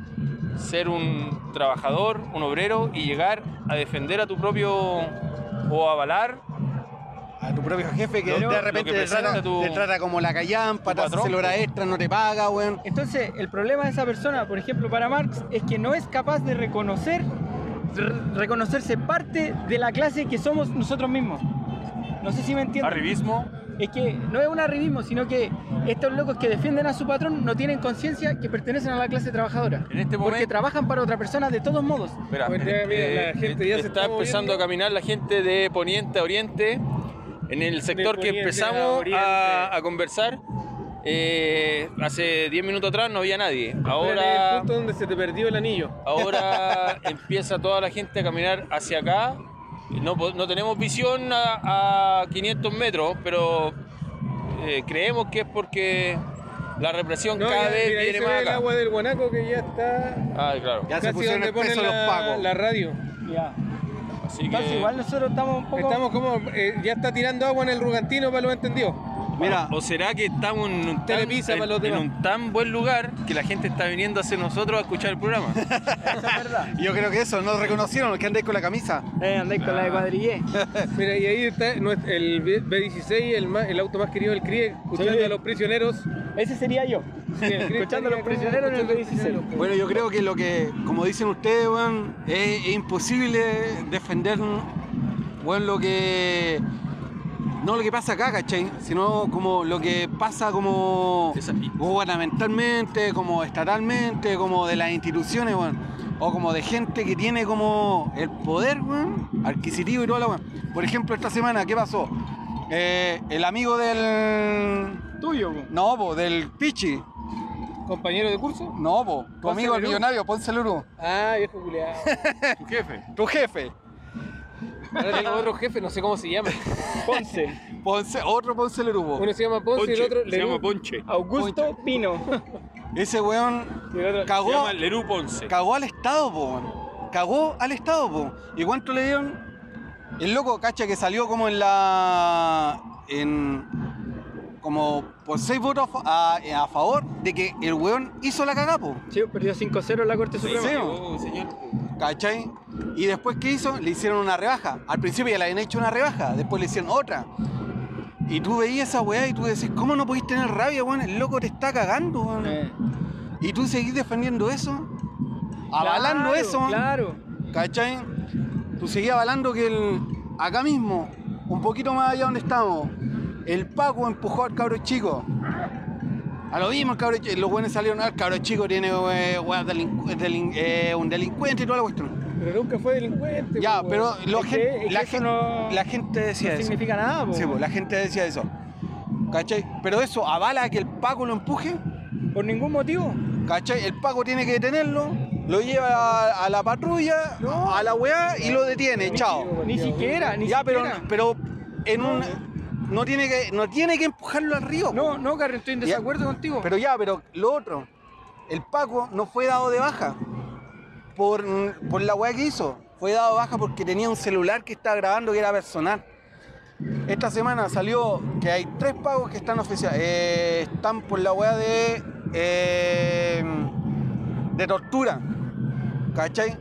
Speaker 4: ser un trabajador, un obrero y llegar a defender a tu propio o avalar
Speaker 1: a tu propio jefe que
Speaker 4: Lo-
Speaker 1: de
Speaker 4: lo que
Speaker 1: repente te,
Speaker 4: presenta
Speaker 1: trata,
Speaker 4: tu-
Speaker 1: te trata como la callampa,
Speaker 4: tu
Speaker 1: te hace
Speaker 4: patrón,
Speaker 1: horas
Speaker 4: po.
Speaker 1: extra, no te paga, weón.
Speaker 2: Entonces, el problema de esa persona, por ejemplo, para Marx, es que no es capaz de reconocer, re- reconocerse parte de la clase que somos nosotros mismos. No sé si me entienden.
Speaker 4: arribismo.
Speaker 2: Es que no es un arribismo, sino que estos locos que defienden a su patrón no tienen conciencia que pertenecen a la clase trabajadora.
Speaker 4: En
Speaker 2: Porque
Speaker 4: este momento-
Speaker 2: trabajan para otra persona de todos modos.
Speaker 4: Espera, eh,
Speaker 7: Pues ya, mira, la gente ya se
Speaker 4: está,
Speaker 7: está
Speaker 4: empezando
Speaker 7: moviendo.
Speaker 4: a caminar la gente de Poniente a Oriente, en el sector que
Speaker 7: Poniente a
Speaker 4: empezamos
Speaker 7: Oriente.
Speaker 4: a, a conversar. eh, hace 10 minutos atrás no había nadie.
Speaker 7: Era el
Speaker 4: Ahora,
Speaker 7: punto donde se te perdió el anillo.
Speaker 4: ahora empieza toda la gente a caminar hacia acá. No, po- no tenemos visión a, a 500 metros, pero eh, creemos que es porque la represión
Speaker 7: No,
Speaker 4: cada
Speaker 7: ya,
Speaker 4: vez
Speaker 7: mira, ahí
Speaker 4: viene
Speaker 7: se ve
Speaker 4: más
Speaker 7: el
Speaker 4: acá.
Speaker 7: agua del guanaco que ya está
Speaker 4: Ah, claro.
Speaker 1: Ya se
Speaker 7: casi
Speaker 1: pusieron
Speaker 7: donde
Speaker 1: el
Speaker 7: ponen
Speaker 1: peso los
Speaker 7: la,
Speaker 1: pagos.
Speaker 7: la radio.
Speaker 2: Ya.
Speaker 4: Así
Speaker 2: Entonces,
Speaker 4: que-
Speaker 2: igual nosotros estamos un poco.
Speaker 7: Estamos como, eh, ya está tirando agua en el Rugantino para lo entendido.
Speaker 1: Mira,
Speaker 4: ¿O será que estamos en un, tan,
Speaker 7: Televisa
Speaker 4: en-
Speaker 7: para los
Speaker 4: en
Speaker 7: demás.
Speaker 4: un tan buen lugar que la gente está viniendo hacia nosotros a escuchar el programa?
Speaker 1: yo creo que eso, no reconocieron que andáis con la camisa.
Speaker 2: Eh, andáis con la de cuadrillé.
Speaker 7: Mira, y ahí está nuestro- el B- B16, el, más- el auto más querido del CRIE, escuchando
Speaker 2: Sí.
Speaker 7: a los prisioneros.
Speaker 2: Ese sería yo. Escuchando a los prisioneros en el B16.
Speaker 1: Bueno, yo creo que lo que, como dicen ustedes, weón, es, es imposible defender, weón, lo que. No lo que pasa acá, ¿cachai? Sino como lo que pasa como
Speaker 4: Esa- y-
Speaker 1: gubernamentalmente, como estatalmente, como de las instituciones, weón. O como de gente que tiene como el poder, weón, adquisitivo y toda la weón. Por ejemplo, esta semana, ¿qué pasó? Eh, el amigo del.
Speaker 2: Tuyo, po.
Speaker 1: No, po, del Pichi.
Speaker 7: ¿Compañero de curso?
Speaker 1: No, po, tu
Speaker 7: Ponce
Speaker 1: amigo el
Speaker 7: Lerú.
Speaker 1: millonario, Ponce Luru.
Speaker 7: Ah, viejo culiado.
Speaker 4: Tu jefe.
Speaker 1: Tu jefe.
Speaker 7: Ahora tengo otro jefe, no sé cómo se llama.
Speaker 2: Ponce.
Speaker 1: Ponce, otro Ponce Lerubo.
Speaker 7: Uno se llama Ponce, y el otro
Speaker 4: se
Speaker 7: Lerú.
Speaker 4: llama Ponche.
Speaker 2: Augusto Pino.
Speaker 1: Ese weón
Speaker 2: Y el otro-
Speaker 4: Se
Speaker 1: cagó,
Speaker 4: llama Lerú Ponce.
Speaker 1: cagó al Estado, po. weón. Cagó al Estado, po. ¿Y cuánto le dieron? El loco, cacha, que salió como en la. en. como por seis votos a, a favor de que el weón hizo la cagá, po.
Speaker 2: Sí, perdió 5-0 la Corte Suprema.
Speaker 1: sí.
Speaker 4: Oh, señor.
Speaker 1: ¿Cachai? Y después, ¿qué hizo? Le hicieron una rebaja. Al principio ya le habían hecho una rebaja, después le hicieron otra. Y tú veías esa weá y tú decís, ¿cómo no podís tener rabia, weón? El loco te está cagando, weón.
Speaker 2: Eh,
Speaker 1: Y tú seguís defendiendo eso, avalando
Speaker 2: claro,
Speaker 1: eso,
Speaker 2: Claro.
Speaker 1: ¿cachai? Tú seguís avalando que el, acá mismo, un poquito más allá donde estamos, el Paco empujó al cabro chico. A lo mismo, el cabro chico, los buenos salieron, al cabro chico tiene eh, weas delincu- delin- eh, un delincuente y toda la cuestión.
Speaker 7: Pero nunca fue delincuente.
Speaker 1: Ya,
Speaker 7: po,
Speaker 1: pero
Speaker 7: weón.
Speaker 1: lo
Speaker 2: pues, Es
Speaker 1: gen-
Speaker 2: que- es que
Speaker 1: la,
Speaker 2: eso
Speaker 1: gen-
Speaker 2: no-
Speaker 1: la gente decía
Speaker 2: No
Speaker 1: eso.
Speaker 2: significa nada, po.
Speaker 1: Sí, po, la gente decía eso. ¿Cachai? Pero eso avala que el Paco lo empuje.
Speaker 2: Por ningún motivo.
Speaker 1: ¿Cachai? El Paco tiene que detenerlo, lo lleva a, a la patrulla, a la weá y lo detiene, chao.
Speaker 2: Ni siquiera, ni
Speaker 1: Ya, pero,
Speaker 2: siquiera.
Speaker 1: pero en un. No tiene que, no tiene que empujarlo al río.
Speaker 2: No, no, Carlos, estoy en
Speaker 1: Ya.
Speaker 2: desacuerdo contigo.
Speaker 1: Pero ya, pero lo otro. El Paco no fue dado de baja por, por la weá que hizo. Fue dado de baja porque tenía un celular que estaba grabando que era personal. Esta semana salió que hay tres pagos que están oficiales. están por la weá de. eh, de tortura. ¿Cachai?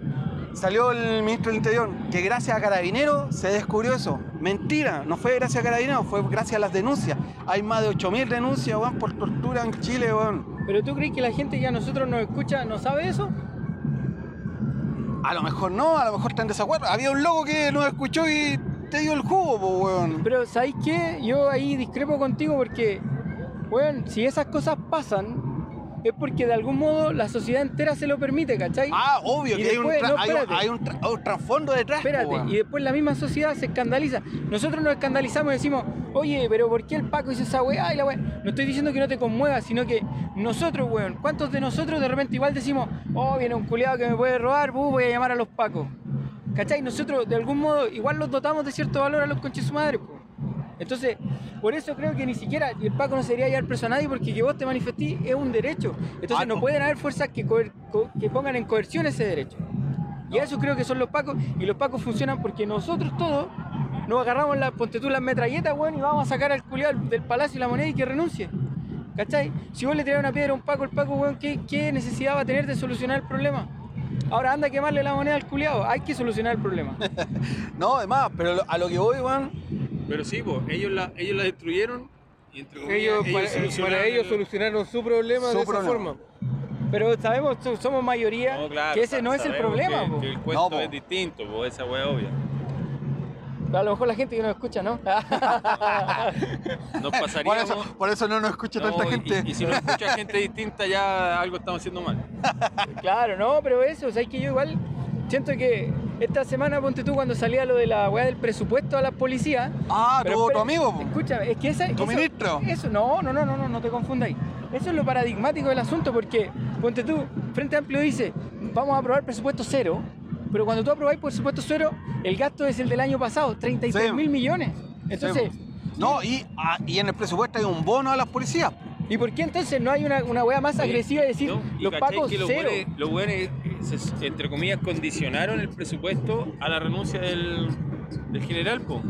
Speaker 1: Salió el ministro del Interior que gracias a Carabineros se descubrió eso. Mentira, no fue gracias a Carabineros, fue gracias a las denuncias. Hay más de 8.000 denuncias, weón, por tortura en Chile, weón.
Speaker 2: ¿Pero tú crees que la gente que a nosotros nos escucha no sabe eso?
Speaker 1: A lo mejor no, a lo mejor está en desacuerdo. Había un loco que nos escuchó y te dio el jugo, po, weón.
Speaker 2: Pero ¿sabéis qué? Yo ahí discrepo contigo porque, bueno, si esas cosas pasan, es porque de algún modo la sociedad entera se lo permite, ¿cachai?
Speaker 1: Ah, obvio,
Speaker 2: Y
Speaker 1: que hay un,
Speaker 2: después,
Speaker 1: tra-
Speaker 2: no,
Speaker 1: hay un-
Speaker 2: espérate.
Speaker 1: hay un tra- un trasfondo detrás. po,
Speaker 2: Espérate,
Speaker 1: weón.
Speaker 2: y después la misma sociedad se escandaliza. Nosotros nos escandalizamos y decimos, oye, pero ¿por qué el Paco hizo esa weá? Ay, la weá. No estoy diciendo que no te conmuevas, sino que nosotros, weón, ¿cuántos de nosotros de repente igual decimos, oh, viene un culeado que me puede robar, buh, voy a llamar a los Pacos? ¿Cachai? Nosotros de algún modo igual los dotamos de cierto valor a los conches su madre, po. Entonces, por eso creo que ni siquiera el Paco no sería llevar preso a nadie porque que vos te manifestís es un derecho. Entonces
Speaker 1: Ah,
Speaker 2: no
Speaker 1: no.
Speaker 2: pueden haber fuerzas que, coer- co- que pongan en coerción ese derecho. Y a eso creo que son los pacos. Y los pacos funcionan porque nosotros todos nos agarramos las ponte tú las metralletas, weón, y vamos a sacar al culiado del Palacio de la Moneda y que renuncie. ¿Cachai? Si vos le tirás una piedra a un Paco, el Paco, weón, ¿qué, qué necesidad va a tener de solucionar el problema? Ahora anda a quemarle la moneda al culiado. Hay que solucionar el
Speaker 4: [laughs]
Speaker 2: problema.
Speaker 1: No, además, pero lo- a lo que voy, weón,
Speaker 4: Pero sí, pues, ellos la, ellos la destruyeron y entre comillas,
Speaker 7: Ellos, para,
Speaker 4: solucionaron
Speaker 7: para ellos
Speaker 4: el-
Speaker 7: solucionaron su problema
Speaker 1: Su
Speaker 7: de
Speaker 1: problema.
Speaker 7: esa forma.
Speaker 2: Pero sabemos, so- somos mayoría,
Speaker 4: No, claro,
Speaker 2: que ese no es el
Speaker 4: sabemos
Speaker 2: problema.
Speaker 4: que-
Speaker 2: po.
Speaker 4: que el cuento
Speaker 1: po.
Speaker 4: es distinto, pues, esa wea obvia.
Speaker 2: A lo mejor la gente que nos escucha,
Speaker 4: [laughs]
Speaker 2: ¿no?
Speaker 1: [laughs]
Speaker 4: Nos
Speaker 1: por
Speaker 4: pasaríamos...
Speaker 1: eso, por eso no nos escucha
Speaker 4: No,
Speaker 1: tanta
Speaker 4: y-
Speaker 1: gente.
Speaker 4: Y, si no escucha gente distinta, ya algo estamos haciendo mal.
Speaker 2: Claro, no, pero eso, o sea, es que yo igual siento que esta semana, ponte tú, cuando salía lo de la weá del presupuesto a las policías.
Speaker 1: ah,
Speaker 2: pero
Speaker 1: tu, tu
Speaker 2: espera,
Speaker 1: amigo, po.
Speaker 2: Escúchame, es que esa.
Speaker 1: tu
Speaker 2: eso-
Speaker 1: ministro.
Speaker 2: Eso, no, no, no, no, no, no te confundáis. Eso es lo paradigmático del asunto, porque, ponte tú, Frente Amplio dice, vamos a aprobar presupuesto cero, pero cuando tú aprobáis presupuesto cero, el gasto es el del año pasado, 33
Speaker 1: Sí.
Speaker 2: mil millones. Entonces,
Speaker 1: No, y, ah, y en el presupuesto hay un bono a las policías.
Speaker 2: ¿y por qué entonces no hay una, una wea más agresiva de decir,
Speaker 4: No, y
Speaker 2: los
Speaker 4: cachai
Speaker 2: pacos
Speaker 4: que los
Speaker 2: cero?
Speaker 4: güeyes- los güeyes, eh, se- entre comillas, condicionaron el presupuesto a la renuncia del, del general, po.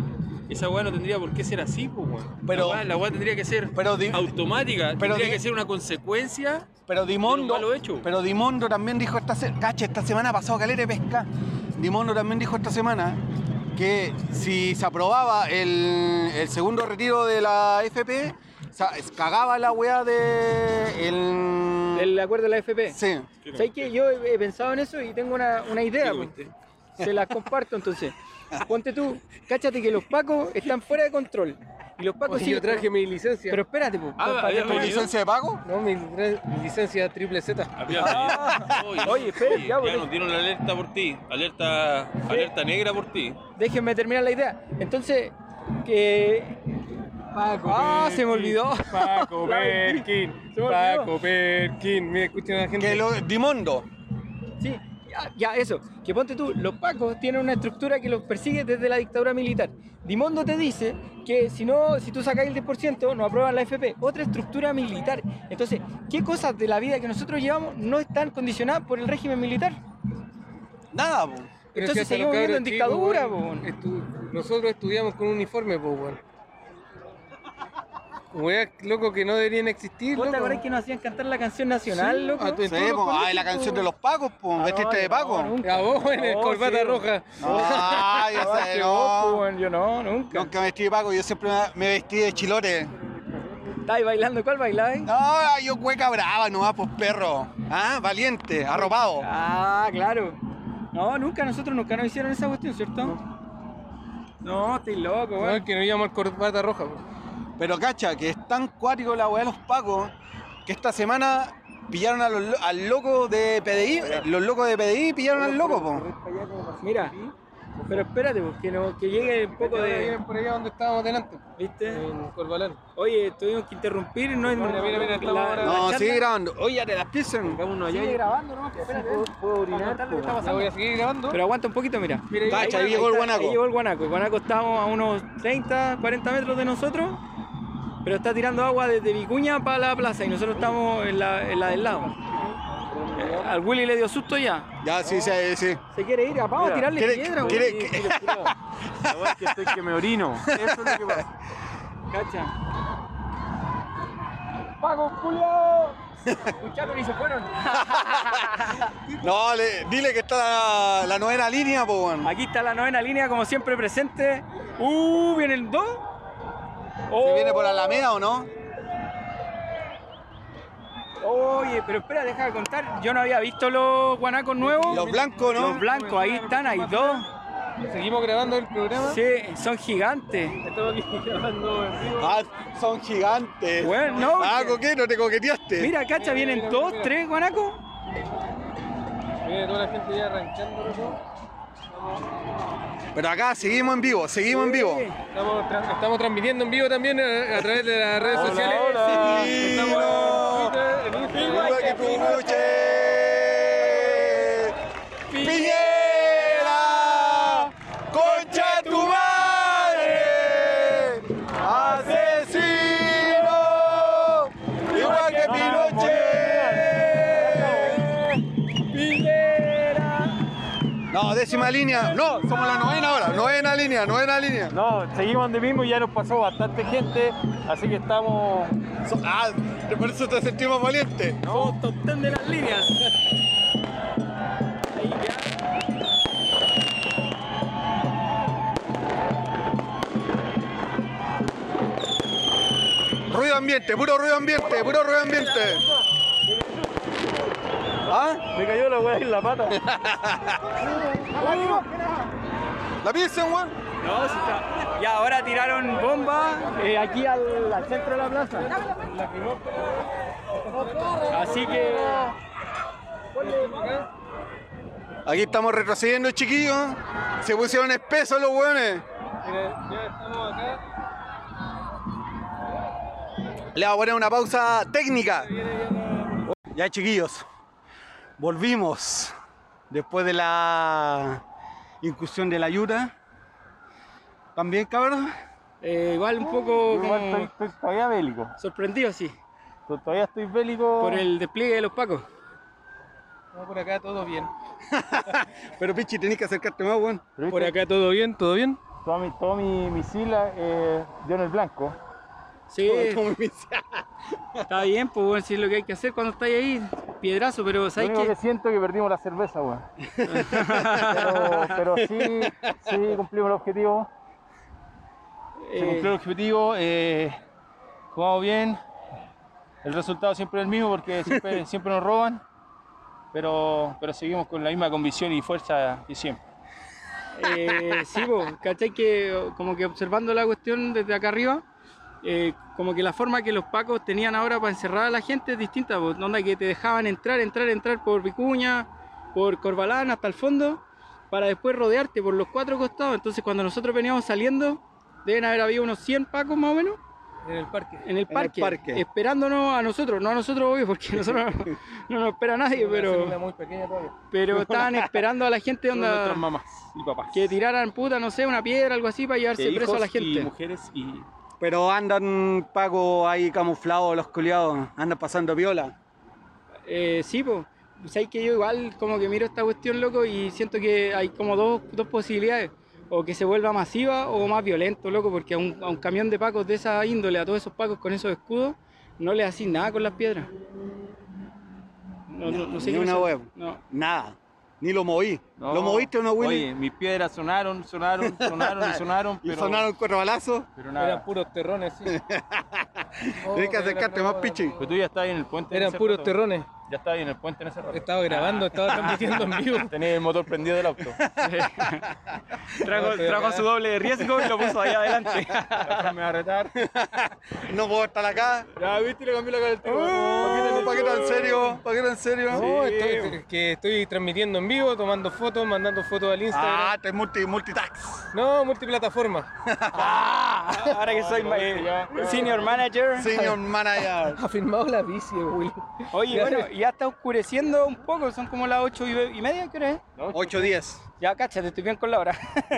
Speaker 4: Esa weá no tendría por qué ser así, po, weón.
Speaker 1: Pero-
Speaker 4: la, weá, la weá tendría que ser
Speaker 1: pero di-
Speaker 4: automática,
Speaker 1: pero
Speaker 4: tendría
Speaker 1: di-
Speaker 4: que ser una consecuencia.
Speaker 1: Pero Dimondo,
Speaker 4: Pero malo hecho.
Speaker 1: pero Dimondo también dijo esta semana, cacha, esta semana ha pasado calera de pesca. Dimondo también dijo esta semana que si se aprobaba el, el segundo retiro de la FP, sa- cagaba la weá de el,
Speaker 2: El acuerdo de la FP.
Speaker 1: sí.
Speaker 2: ¿Sabes que Yo he he pensado en eso y tengo una, una idea.
Speaker 4: Digo,
Speaker 2: pues.
Speaker 4: ¿viste?
Speaker 2: Se las comparto
Speaker 7: [laughs]
Speaker 2: entonces. Ponte tú, cáchate que los pacos están fuera de control. Y los pacos
Speaker 7: Oye,
Speaker 2: sí.
Speaker 7: yo traje mi licencia.
Speaker 2: Pero espérate, pues.
Speaker 4: Ah, había
Speaker 1: ¿Tu
Speaker 4: venido.
Speaker 1: licencia de pago?
Speaker 7: no, mi, tra- mi licencia triple Z.
Speaker 4: Había-
Speaker 3: Ah.
Speaker 4: Oye,
Speaker 2: Oye, espera,
Speaker 4: oye,
Speaker 2: ya,
Speaker 3: pues,
Speaker 2: porque-
Speaker 4: ya, nos dieron la alerta por ti, alerta, alerta negra por ti.
Speaker 2: déjenme terminar la idea. Entonces, que. Ah, se me olvidó. [laughs]
Speaker 7: Paco
Speaker 2: La
Speaker 7: Perkin.
Speaker 2: mentí. Se me olvidó.
Speaker 7: Paco Perkin. Mira, escuchen a la gente.
Speaker 1: Que lo, Dimondo.
Speaker 2: Sí, ya, ya, eso. Que ponte tú, los pacos tienen una estructura que los persigue desde la dictadura militar. Dimondo te dice que si no, si tú sacas el 10%, no aprueban la FP. Otra estructura militar. Entonces, ¿qué cosas de la vida que nosotros llevamos no están condicionadas por el régimen militar?
Speaker 1: Nada, po.
Speaker 7: Pero
Speaker 2: Entonces
Speaker 7: hasta
Speaker 2: seguimos
Speaker 7: los
Speaker 2: viviendo en
Speaker 7: cabros
Speaker 2: dictadura,
Speaker 7: chicos,
Speaker 2: po,
Speaker 7: weón,
Speaker 2: weón.
Speaker 7: estu- Nosotros estudiamos con uniforme, po, weón. Weas, loco, que no deberían existir,
Speaker 2: ¿Vos te
Speaker 7: loco.
Speaker 2: acordás que nos hacían cantar la canción nacional, loco?
Speaker 7: a tu-
Speaker 1: Sí,
Speaker 7: En todos los
Speaker 1: po. Ah,
Speaker 7: colegios,
Speaker 1: la canción
Speaker 7: po.
Speaker 1: de los pagos, po.
Speaker 2: Ah,
Speaker 1: Vestiste
Speaker 2: no,
Speaker 1: de
Speaker 2: no,
Speaker 1: pago. No,
Speaker 2: nunca.
Speaker 7: A vos, en el
Speaker 2: No,
Speaker 7: corbata
Speaker 2: Oh, sí, po.
Speaker 7: roja.
Speaker 1: ah, ya
Speaker 2: [laughs] Ah,
Speaker 1: sé,
Speaker 2: que vos, po,
Speaker 1: no.
Speaker 2: weón, Yo no, nunca.
Speaker 1: Nunca me vestí de pago, yo siempre me- me vestí de chilote.
Speaker 2: ¿Estáis bailando? ¿Cuál bailáis?
Speaker 1: No, yo cueca brava nomás, pues perro. Ah, valiente, arropado.
Speaker 2: Ah, claro. No, nunca, nosotros nunca nos hicieron esa cuestión, ¿cierto? No, estoy loco,
Speaker 7: No,
Speaker 2: weón.
Speaker 7: que no íbamos al corbata roja, po.
Speaker 1: Pero cacha, que es tan cuático la weá de los pacos que esta semana pillaron a los lo- al loco de PDI. eh, Los locos de PDI pillaron al loco, po.
Speaker 2: Mira, pero espérate, pues, que, no- que llegue un poco
Speaker 7: Ahora
Speaker 2: de.
Speaker 7: vienen por allá donde estábamos delante,
Speaker 2: ¿Viste?
Speaker 7: en Corbalán.
Speaker 2: Oye, tuvimos que interrumpir, ¿no?
Speaker 7: Mira, mira, mira, estamos ahora-
Speaker 1: No, sigue
Speaker 2: grabando.
Speaker 1: grabando. Oye, ya te las pisan.
Speaker 7: Vámonos allá.
Speaker 2: Sigue grabando, ¿no? Espérate. Puedo orinar.
Speaker 7: Ya voy a seguir grabando.
Speaker 2: Pero aguanta un poquito, mira.
Speaker 7: Mira, ahí-
Speaker 1: Cacha, ahí llegó el
Speaker 2: está-
Speaker 1: guanaco.
Speaker 2: Ahí llegó el guanaco. El guanaco estábamos a unos 30, 40 metros de nosotros, pero está tirando agua desde Vicuña para la plaza y nosotros estamos en la, en la del lado. Eh, Al Willy le dio susto ya.
Speaker 1: Ya, sí, sí, sí.
Speaker 2: Se quiere ir, vamos a tirarle
Speaker 1: ¿quiere-
Speaker 2: piedra, güey.
Speaker 1: quiere- que-
Speaker 3: La verdad es que estoy que me [laughs] orino. Eso es lo que pasa.
Speaker 2: Cacha. ¡Pago, culiao! [laughs] Escucharon y se fueron.
Speaker 1: No, le- dile que está la, la novena línea, po, weón.
Speaker 2: Aquí está la novena línea, como siempre presente. ¡Uh! ¿Viene el 2?
Speaker 1: ¿Se viene por Alameda o no?
Speaker 2: Oye, pero espera, deja de contar. Yo no había visto los guanacos nuevos.
Speaker 1: Los blancos,
Speaker 2: Los
Speaker 1: ¿no?
Speaker 2: blancos, ahí están, hay dos.
Speaker 7: Seguimos grabando el programa.
Speaker 2: Sí, son gigantes.
Speaker 1: Ah, son gigantes.
Speaker 2: Bueno, no,
Speaker 1: Ah,
Speaker 2: que-
Speaker 1: coquero, te coqueteaste.
Speaker 2: Mira, cacha, vienen dos, tres guanacos.
Speaker 7: Mira, toda la gente ya arrancando, loco.
Speaker 1: Pero acá seguimos en vivo, seguimos en vivo.
Speaker 7: Estamos, tra- estamos transmitiendo en vivo también eh, a, través de las redes sociales.
Speaker 1: Pino, igual que Pinochet. Piñera, concha de tu madre, asesino, igual que Pinochet. Piñera. No, décima línea. No, somos la novena ahora. Novena línea, novena línea.
Speaker 2: No, seguimos donde mismo y ya nos pasó bastante gente, así que estamos.
Speaker 1: So- ah, por eso te sentimos valiente.
Speaker 2: Somos top 10 de las líneas.
Speaker 1: Ruido ambiente, puro ruido ambiente, puro ruido ambiente. ¿Ah?
Speaker 2: Me cayó la weá en la pata.
Speaker 1: [laughs] ¿La pisen, weón?
Speaker 2: No, sí está. Y ahora tiraron bomba eh, aquí al, al centro de la plaza. Así que.
Speaker 1: Aquí estamos retrocediendo, chiquillos. Se pusieron espesos los hueones. Le voy a poner una pausa técnica. Ya, chiquillos. Volvimos después de la incursión de la ayuda. ¿También, cabrón?
Speaker 2: eh, igual un poco
Speaker 3: Igual
Speaker 2: como
Speaker 3: estoy, estoy todavía bélico.
Speaker 2: sorprendido, sí,
Speaker 3: To- Todavía estoy bélico.
Speaker 2: por el despliegue de los pacos.
Speaker 7: No, por acá todo bien.
Speaker 1: Pero, pichi, tenés que acercarte más, weón.
Speaker 3: Pero
Speaker 7: Por
Speaker 3: viste,
Speaker 7: acá todo bien, todo bien.
Speaker 3: Todo mi, todo mi misil eh, dio en el blanco.
Speaker 2: Sí,
Speaker 3: Oh,
Speaker 2: está bien, pues bueno, sí es lo que hay que hacer cuando estáis ahí, piedrazo, pero
Speaker 3: Lo
Speaker 2: ¿sabes
Speaker 3: único que...
Speaker 2: qué?
Speaker 3: siento es que perdimos la cerveza, [laughs] weón. pero, pero sí, sí cumplimos el objetivo. Se
Speaker 2: Eh,
Speaker 3: cumplió el objetivo, eh, jugamos bien. El resultado siempre es el mismo porque siempre, [laughs] siempre nos roban. Pero, pero seguimos con la misma convicción y fuerza que siempre.
Speaker 2: Eh, sí, po, ¿cachai? Que o, como que observando la cuestión desde acá arriba, eh, como que la forma que los pacos tenían ahora para encerrar a la gente es distinta, po. onda que te dejaban entrar, entrar, entrar por Vicuña, por Corbalán hasta el fondo, para después rodearte por los cuatro costados. Entonces cuando nosotros veníamos saliendo, deben haber habido unos 100 pacos más o menos
Speaker 7: En el parque.
Speaker 2: en el parque,
Speaker 1: parque.
Speaker 2: esperándonos a nosotros, no a nosotros obvio, porque nosotros [laughs] no, no nos espera nadie,
Speaker 7: Una
Speaker 2: pero,
Speaker 7: muy pequeña todavía.
Speaker 2: [laughs] pero estaban esperando a la gente
Speaker 3: Son
Speaker 2: onda...
Speaker 3: nuestras mamás y papás.
Speaker 2: Que tiraran puta, no sé, una piedra, algo así, para llevarse
Speaker 3: Eh,
Speaker 2: preso a la
Speaker 3: hijos Y
Speaker 2: gente.
Speaker 3: mujeres y
Speaker 1: Pero andan, Paco, ahí camuflados los culiados. Andan pasando viola.
Speaker 2: Eh, sí, pues. Sabes que yo igual como que miro esta cuestión, loco, y siento que hay como dos, dos posibilidades. O que se vuelva masiva o más violento, loco, porque a un, a un camión de pacos de esa índole, a todos esos pacos con esos escudos, no le hacís nada con las piedras. No, no, no sé
Speaker 1: Ni
Speaker 2: qué
Speaker 1: una
Speaker 2: pensar.
Speaker 1: hueá.
Speaker 2: No.
Speaker 1: Nada. Ni lo moví.
Speaker 3: No.
Speaker 1: ¿Lo moviste o no, Willy?
Speaker 3: Oye, mis piedras sonaron, sonaron, sonaron y sonaron,
Speaker 1: [laughs] Y
Speaker 3: pero,
Speaker 1: sonaron cuatro balazos.
Speaker 3: pero
Speaker 7: Eran
Speaker 3: nada.
Speaker 7: puros terrones, sí. Oh,
Speaker 1: Tienes que acercarte más, pichi.
Speaker 3: Pero tú ya estabas ahí en el puente. en
Speaker 7: Eran
Speaker 3: ese
Speaker 7: puros
Speaker 3: rato.
Speaker 7: terrones.
Speaker 3: Ya estabas ahí en el puente en ese rato.
Speaker 7: Estaba grabando, estaba transmitiendo en vivo.
Speaker 3: Tenías el motor prendido del auto.
Speaker 7: Trajo- trajo su
Speaker 2: doble de riesgo y lo puso ahí adelante.
Speaker 3: Ahora me va a retar.
Speaker 1: No puedo estar acá.
Speaker 3: Ya viste, le cambió la cara al tío.
Speaker 1: Oh, ¿Para qué tan serio? ¿Para qué tan serio?
Speaker 7: No, estoy, que estoy transmitiendo en vivo, tomando fotos, mandando fotos al Instagram.
Speaker 1: Ah, te multi, multitax.
Speaker 7: No, multiplataforma. [laughs]
Speaker 2: Ahora que soy eh, senior manager.
Speaker 1: Senior manager.
Speaker 7: Ha firmado la bici, Will.
Speaker 2: Oye, bueno, ya está oscureciendo un poco, son como las ocho y y media, ¿crees?
Speaker 1: 8-10.
Speaker 2: Ya, cáchate, estoy bien con la
Speaker 3: [laughs]
Speaker 2: hora.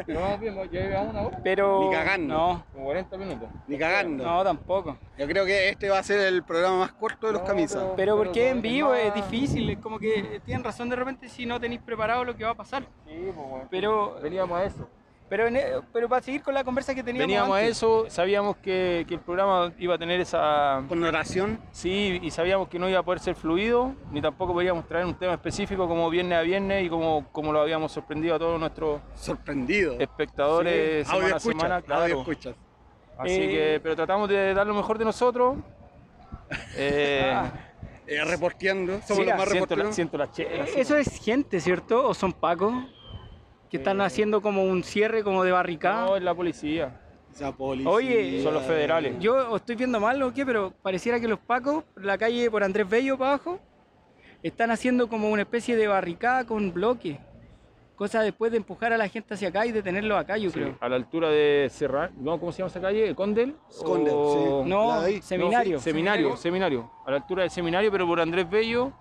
Speaker 3: Vamos viendo, ya llevamos una hora.
Speaker 2: Pero.
Speaker 1: Ni cagando.
Speaker 2: No,
Speaker 3: Como 40 minutos.
Speaker 1: Ni cagando.
Speaker 2: no, tampoco.
Speaker 1: Yo creo que este va a ser el programa más corto de los camisas.
Speaker 2: Pero porque en
Speaker 3: todavía
Speaker 2: vivo
Speaker 3: más-
Speaker 2: es difícil, es como que tienen razón de repente si no tenéis preparado lo que va a pasar.
Speaker 3: Sí, pues bueno.
Speaker 2: Pero,
Speaker 3: Veníamos a eso.
Speaker 2: pero, en- e, pero para seguir con la conversa que teníamos.
Speaker 3: Veníamos a
Speaker 2: antes.
Speaker 3: eso, sabíamos que, que el programa iba a tener esa...
Speaker 1: Con oración.
Speaker 3: Sí, y sabíamos que no iba a poder ser fluido, ni tampoco podíamos traer un tema específico como viernes a viernes y como, como lo habíamos sorprendido a todos nuestros
Speaker 1: Sorprendido.
Speaker 3: espectadores semana
Speaker 1: Audio
Speaker 3: a semana.
Speaker 1: escuchas.
Speaker 3: Claro.
Speaker 1: Audio escuchas.
Speaker 3: Así
Speaker 2: Eh,
Speaker 3: que, pero tratamos de dar lo mejor de
Speaker 4: [laughs]
Speaker 3: nosotros. Eh,
Speaker 4: Ah,
Speaker 1: Eh, reporteando. Somos
Speaker 2: Mira,
Speaker 1: los más
Speaker 3: siento, la,
Speaker 1: reporteros.
Speaker 3: siento las chelas,
Speaker 2: Eh,
Speaker 3: sí.
Speaker 2: Eso es gente, ¿cierto? ¿O son pacos? Que
Speaker 3: Eh.
Speaker 2: están haciendo como un cierre, como de barricada.
Speaker 3: No, es la policía.
Speaker 1: Esa policía.
Speaker 2: Oye.
Speaker 3: Son los federales.
Speaker 2: Yo o estoy viendo mal o qué, pero pareciera que los pacos, la calle por Andrés Bello para abajo, están haciendo como una especie de barricada con bloques. Cosa después de empujar a la gente hacia acá y detenerlos acá, yo
Speaker 3: Sí,
Speaker 2: creo.
Speaker 3: a la altura de Serra, no, ¿cómo se llama esa calle? ¿Condel?
Speaker 1: Condel,
Speaker 3: O-
Speaker 1: sí.
Speaker 3: No,
Speaker 2: No,
Speaker 1: la de ahí.
Speaker 2: seminario.
Speaker 3: sí, seminario, seminario. A la altura del seminario, pero por Andrés Bello.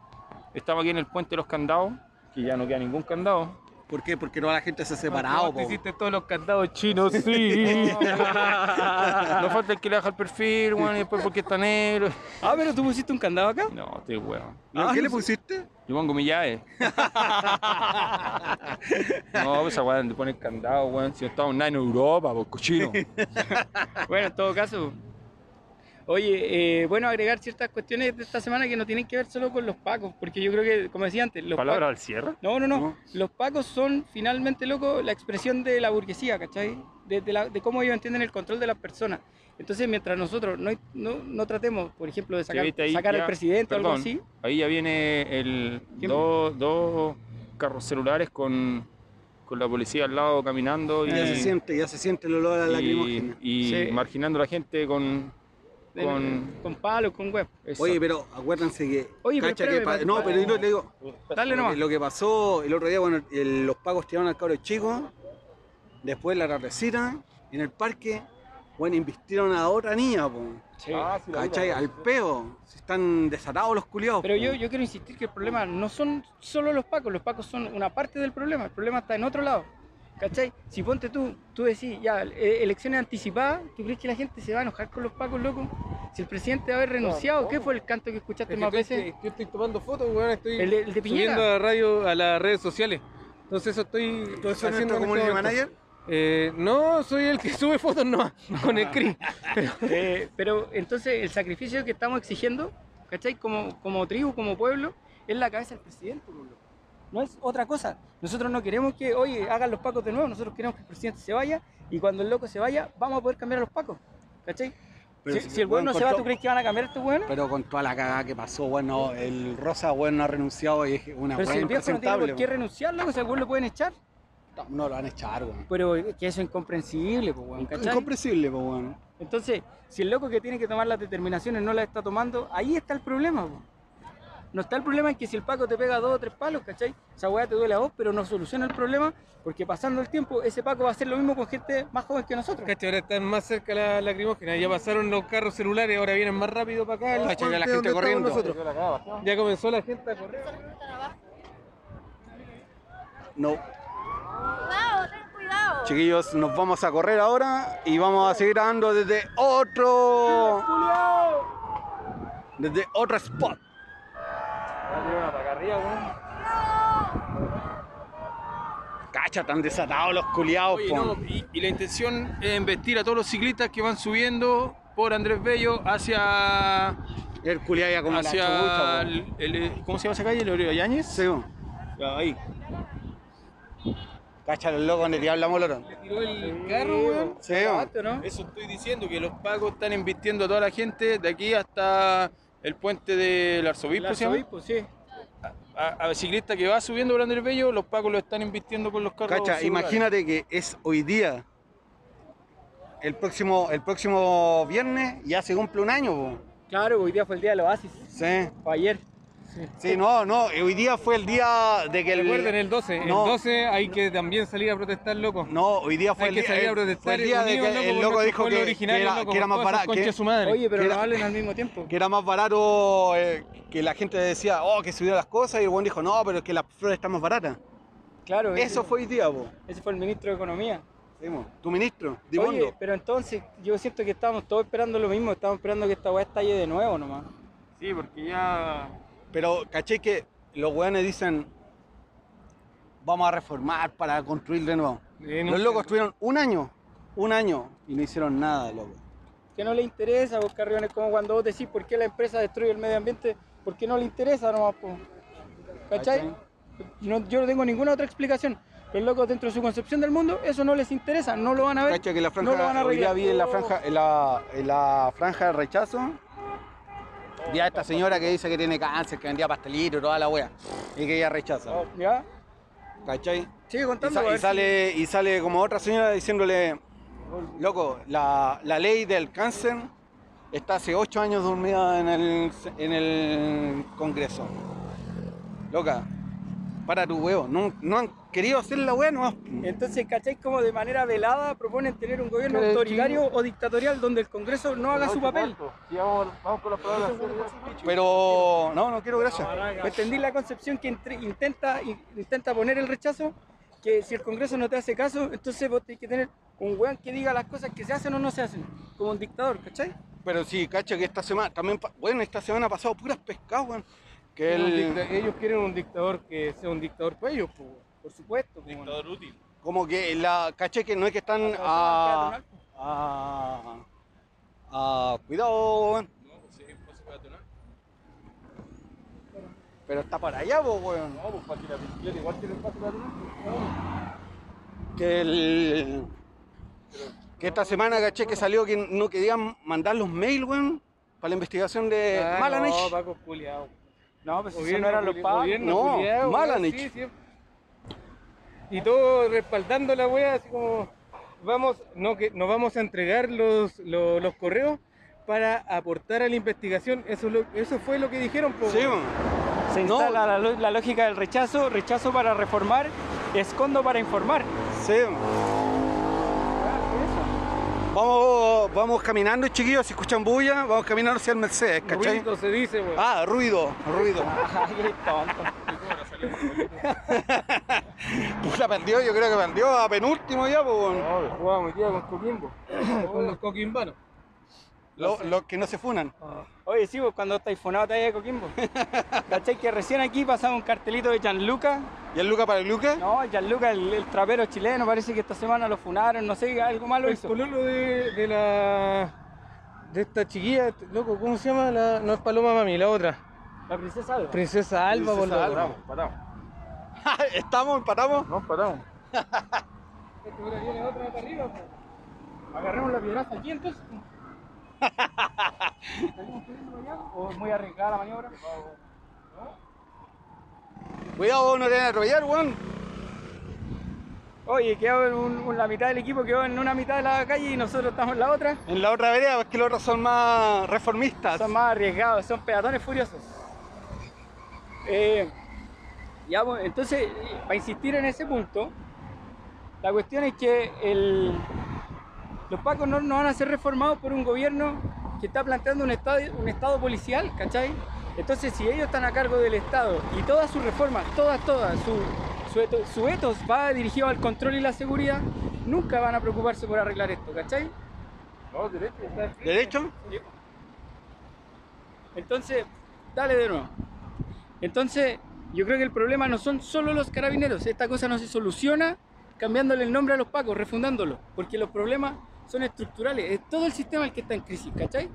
Speaker 3: Estaba aquí en el puente de los candados, que ya no queda ningún candado.
Speaker 8: ¿Por qué? Porque toda la gente
Speaker 3: Ah,
Speaker 8: se ha separado. po.
Speaker 7: hiciste todos los candados chinos.
Speaker 3: No, [laughs] sí.
Speaker 4: Ah.
Speaker 3: no falta el que le baja el perfil, weón, y después porque está negro.
Speaker 2: Ah, pero tú pusiste un candado
Speaker 4: [laughs]
Speaker 2: acá.
Speaker 3: No, estoy weón.
Speaker 8: ¿No? ¿Qué le pusiste?
Speaker 3: Yo pongo mi llave. No, pues esa weón le pone candado, weón. Si no estaba online en Europa, pues
Speaker 4: [laughs]
Speaker 3: cochino.
Speaker 2: Bueno, en todo caso. Oye, eh, bueno, agregar ciertas cuestiones de esta semana que no tienen que ver solo con los pacos, porque yo creo que, como decía antes, los
Speaker 3: Palabra
Speaker 2: pacos.
Speaker 3: al cierre.
Speaker 2: No, no, no, Los pacos son finalmente, loco, la expresión de la burguesía, ¿cachai? De, de la- de cómo ellos entienden el control de las personas. Entonces, mientras nosotros no, no, no tratemos, por ejemplo, de sacar,
Speaker 3: viste ahí
Speaker 2: sacar
Speaker 3: ya-
Speaker 2: al presidente o algo
Speaker 3: perdón.
Speaker 2: así,
Speaker 3: Ahí ya viene el
Speaker 2: ¿Quién?
Speaker 3: dos dos carros celulares con, con la policía al lado caminando y,
Speaker 2: Ya se
Speaker 8: siente, ya se siente el olor a
Speaker 3: y- y
Speaker 2: Sí.
Speaker 3: marginando a la gente con.
Speaker 2: de-
Speaker 3: Con-
Speaker 2: con palos, con web.
Speaker 8: Oye, pero acuérdense que.
Speaker 2: Oye, pero
Speaker 8: cacha
Speaker 2: espérame,
Speaker 8: que pa-
Speaker 2: pa-
Speaker 8: no,
Speaker 2: pa-
Speaker 8: pero yo le digo.
Speaker 2: Dale
Speaker 8: lo que-
Speaker 2: nomás.
Speaker 8: Lo que pasó el otro día, bueno, el- los pagos tiraron al cabro chico. Después la tardecita, en el parque, bueno, invistieron a otra niña, po.
Speaker 2: Sí.
Speaker 8: ¿Cachai? Al peo. Se están desatados los culiados.
Speaker 2: Pero
Speaker 8: po.
Speaker 2: yo, yo quiero insistir que el problema no son solo los pacos, los pacos son una parte del problema, el problema está en otro lado. ¿Cachai? Si ponte tú, tú decís, ya, eh, elecciones anticipadas, ¿tú crees que la gente se va a enojar con los pacos, loco? Si el presidente va a haber renunciado, ¿qué fue el canto que escuchaste más veces?
Speaker 7: Yo estoy tomando fotos, weón. Estoy
Speaker 2: eh. El de, el de Piñera.
Speaker 7: subiendo a radio a las redes sociales. Entonces eso estoy
Speaker 8: ¿Tú
Speaker 7: haciendo
Speaker 8: eres nuestro
Speaker 7: en este
Speaker 8: community
Speaker 7: momento.
Speaker 8: manager?
Speaker 7: Eh, no, soy el que [laughs] sube fotos no, con el CRI.
Speaker 2: Eh, pero entonces el sacrificio que estamos exigiendo, ¿cachai? Como, como tribu, como pueblo, es la cabeza del presidente, por loco. No es otra cosa. Nosotros no queremos que, oye, hagan los pacos de nuevo, nosotros queremos que el presidente se vaya y cuando el loco se vaya, vamos a poder cambiar a los pacos, ¿cachai?
Speaker 8: Pero
Speaker 2: si,
Speaker 8: si-
Speaker 2: si el
Speaker 8: weón,
Speaker 2: bueno no se va,
Speaker 8: cortó-
Speaker 2: ¿tú crees que van a este cambiar estos buenos? Pero,
Speaker 8: Pero con toda la cagada que pasó, bueno, el Rosa, bueno, ha renunciado y es una
Speaker 2: si el viejo
Speaker 8: buena
Speaker 2: no tiene por qué
Speaker 8: presentable.
Speaker 2: renunciar, loco, si al weón lo pueden echar.
Speaker 8: No, no lo van a echar, weón.
Speaker 2: Pero es que eso es incomprensible, pues, weón, ¿cachai?
Speaker 8: Incomprensible, pues, weón.
Speaker 2: Entonces, si el loco que tiene que tomar las determinaciones no las está tomando, ahí está el problema. po. No está el problema en que si el Paco te pega dos o tres palos, ¿cachai? Esa weá te duele a vos, pero no soluciona el problema porque pasando el tiempo, ese Paco va a hacer lo mismo con gente más joven que nosotros.
Speaker 7: Cacha, ahora están más cerca las lacrimógenas. Ya pasaron los carros celulares, ahora vienen más rápido para acá. el
Speaker 8: Cacha, ya la
Speaker 7: puente
Speaker 8: gente
Speaker 7: donde estamos
Speaker 8: corriendo.
Speaker 7: nosotros. Ya comenzó la gente a correr.
Speaker 8: No.
Speaker 9: Cuidado, ten cuidado.
Speaker 8: Chiquillos, nos vamos a correr ahora y vamos a seguir grabando desde otro. Desde otro spot. Cacha, tan desatados los culiados,
Speaker 4: Oye,
Speaker 8: po.
Speaker 4: no, y, y la intención es embestir a todos los ciclistas que van subiendo por Andrés Bello hacia,
Speaker 8: El culiado ya con la
Speaker 4: hacia
Speaker 8: chubucha, po.
Speaker 4: el, el- ¿cómo se llama esa calle? ¿El Oriol Yáñez?
Speaker 8: Sí, po.
Speaker 4: Ahí.
Speaker 8: Cacha, los locos le tiraron la molora.
Speaker 7: Tiró el carro, weón.
Speaker 8: Sí, po.
Speaker 2: ¿no?
Speaker 4: Eso estoy diciendo, que los pagos están embistiendo a toda la gente de aquí hasta el puente del
Speaker 2: El
Speaker 4: arzobispo, ¿se llama?
Speaker 2: arzobispo, sí.
Speaker 4: A, a ciclista que va subiendo por Andrés Bello, los pagos lo están embistiendo con los carros.
Speaker 8: Cacha,
Speaker 4: celulares.
Speaker 8: imagínate que es hoy día. El próximo, el próximo viernes ya se cumple un año, po.
Speaker 2: Claro, hoy día fue el día del oasis,
Speaker 8: Sí.
Speaker 2: fue ayer.
Speaker 8: Sí, no, no, eh, hoy día fue el día de que el...
Speaker 7: Recuerden el 12.
Speaker 8: No.
Speaker 7: El 12 hay que también salir a protestar, loco.
Speaker 8: No, hoy día fue
Speaker 7: Hay
Speaker 8: el
Speaker 7: que
Speaker 8: día,
Speaker 7: salir a
Speaker 8: eh,
Speaker 7: protestar
Speaker 8: fue el día de
Speaker 7: unidos,
Speaker 8: que
Speaker 7: loco,
Speaker 8: el
Speaker 7: por
Speaker 8: loco
Speaker 7: nuestro
Speaker 8: dijo
Speaker 7: pueblo
Speaker 8: que,
Speaker 7: originario,
Speaker 8: que era,
Speaker 7: loco,
Speaker 8: que era
Speaker 7: con
Speaker 8: más
Speaker 7: todas esas
Speaker 8: barato, que,
Speaker 7: conchas su madre.
Speaker 2: Oye, pero
Speaker 8: que
Speaker 2: no
Speaker 8: era-
Speaker 2: hablen al mismo tiempo.
Speaker 8: que era más barato, eh, que la gente decía, oh, que subió las cosas, y el buen dijo, no, pero es que las flores están más baratas.
Speaker 2: Claro,
Speaker 8: Eso
Speaker 2: ese-
Speaker 8: fue hoy día, po.
Speaker 2: Ese fue el ministro de Economía.
Speaker 8: Sí, mo. Tu ministro,
Speaker 2: Oye,
Speaker 8: Dibondo.
Speaker 2: pero entonces yo siento que estábamos todos esperando lo mismo, estábamos esperando que esta weá estalle de nuevo nomás.
Speaker 3: Sí, porque ya.
Speaker 8: Pero caché que los weones dicen, vamos a reformar para construir de nuevo.
Speaker 7: Eh, no
Speaker 8: Los
Speaker 7: sé.
Speaker 8: locos tuvieron un año, un año, y no hicieron nada, loco.
Speaker 2: que no le interesa, vos Carrión, es como cuando vos decís por qué la empresa destruye el medio ambiente, porque no le interesa nomás, po. ¿cachai?
Speaker 8: ¿Cachai?
Speaker 2: No- yo no tengo ninguna otra explicación. Los locos dentro de su concepción del mundo, eso no les interesa, no lo van a ver.
Speaker 8: Cacha que la franja,
Speaker 2: no lo van a
Speaker 8: hoy día
Speaker 2: arreglar.
Speaker 8: vi en la franja, en la, en la franja de rechazo, ya esta señora que dice que tiene cáncer, que vendía pastelitos, toda la wea, y que ella rechaza,
Speaker 2: Oh, ¿Ya?
Speaker 8: ¿cachai?
Speaker 2: Sigue
Speaker 8: Y,
Speaker 2: contando.
Speaker 8: sa-
Speaker 2: a
Speaker 8: y
Speaker 2: ver si-
Speaker 8: sale, y sale como otra señora diciéndole, loco, la, la ley del cáncer está hace ocho años dormida en el, en el Congreso. Loca, para tu huevo, no, no han querido hacer la wea, no.
Speaker 2: Entonces, ¿cachai? Como de manera velada proponen tener un gobierno autoritario o dictatorial donde el Congreso no haga su papel.
Speaker 8: Pero, no, no quiero gracias.
Speaker 2: ¿Me entendí la concepción que intri- intenta, in- intenta poner el rechazo? que si el Congreso no te hace caso, entonces vos tenés que tener un weón que diga las cosas que se hacen o no se hacen, como un dictador, ¿cachai?
Speaker 8: Pero sí, cacho que esta semana, también, pa- bueno, esta semana ha pasado puras pescadas, weón. Que
Speaker 7: Quieren un
Speaker 8: el,
Speaker 7: dicta- Ellos quieren un dictador que sea un dictador para ellos, pues, weón.
Speaker 2: Por supuesto. como
Speaker 4: Dictador útil.
Speaker 8: como que la, caché que no es que están
Speaker 2: no. Ah.
Speaker 8: a, a, a- Ah, cuidado, weón.
Speaker 4: No, pues sí, pues se puede atonar.
Speaker 8: Pero está para allá, po, weón.
Speaker 4: No, pues para que la bicicleta igual tiene espacio para atonar.
Speaker 8: que el- que esta semana caché que salió que no querían mandar los mails, weón, para la investigación de
Speaker 7: Ah,
Speaker 8: Malanich.
Speaker 7: No, Paco, culiao.
Speaker 2: No, pues eso
Speaker 7: Gobierno
Speaker 2: no eran los
Speaker 7: culi-
Speaker 2: pagos.
Speaker 7: gobierno
Speaker 8: No,
Speaker 7: culiao,
Speaker 8: Malanich.
Speaker 7: weón, sí, sí. Y todo respaldando la wea, así como vamos, no que nos vamos a entregar los, los, los correos para aportar a la investigación. Eso es lo- eso fue lo que dijeron, po,
Speaker 8: Sí,
Speaker 7: weón.
Speaker 8: weón.
Speaker 2: Se
Speaker 8: No.
Speaker 2: instala la, lo- la lógica del rechazo, rechazo para reformar, escondo para informar.
Speaker 8: Sí. Vamos, vamos caminando, chiquillos, si escuchan bulla, vamos caminando hacia el Mercedes, ¿cachai?
Speaker 7: Ruido se dice, weón.
Speaker 8: Ah, ruido, ruido.
Speaker 2: [laughs] Ay, qué tonto.
Speaker 8: [laughs] Puta, perdió, yo creo que perdió a penúltimo ya, pues. weón.
Speaker 7: Jugaba metida con Coquimbo. con los coquimbanos.
Speaker 8: Lo- Los que no se funan.
Speaker 2: Oye, sí, vos cuando estáis funados te de Coquimbo.
Speaker 7: [laughs]
Speaker 2: ¿Cachai? Que recién aquí pasaba un cartelito de Gianluca.
Speaker 8: ¿Y el Luca para el Luca?
Speaker 2: No, Gianluca, el, el trapero chileno, parece que esta semana lo funaron, no sé, algo malo
Speaker 7: El
Speaker 2: hizo.
Speaker 7: pololo de, de la. de esta chiquilla, este, loco, ¿cómo se llama? La- no es Paloma Mami, la otra.
Speaker 2: La princesa Alba.
Speaker 7: Princesa Alba, por
Speaker 8: Princesa
Speaker 7: loco.
Speaker 8: Alba.
Speaker 4: Paramos, paramos.
Speaker 8: ¿Estamos? ¿Empatamos?
Speaker 4: No, paramos.
Speaker 7: Ahora viene otra para arriba, Agarremos la piedraza aquí entonces.
Speaker 2: O muy arriesgada la maniobra.
Speaker 8: Cuidado, no te van a atropellar, weón.
Speaker 2: Oye, quedó en un- un- la mitad del equipo, quedó en una mitad de la calle y nosotros estamos en la otra.
Speaker 8: En la otra vereda, es que los otros son más reformistas.
Speaker 2: Son más arriesgados, son peatones furiosos. Eh, ya, pues, entonces, eh, para insistir en ese punto, la cuestión es que el- los pacos no, no van a ser reformados por un gobierno que está planteando un estado, un estado policial, ¿cachai? Entonces, si ellos están a cargo del Estado y todas sus reformas, todas, todas, su, su, eto- su etos va dirigido al control y la seguridad, nunca van a preocuparse por arreglar esto, ¿cachai?
Speaker 8: ¿Derecho?
Speaker 2: Entonces, dale de nuevo. Entonces, yo creo que el problema no son solo los carabineros. Esta cosa no se soluciona cambiándole el nombre a los pacos, refundándolo. Porque los problemas son estructurales. Es todo el sistema el que está en crisis, ¿cachai?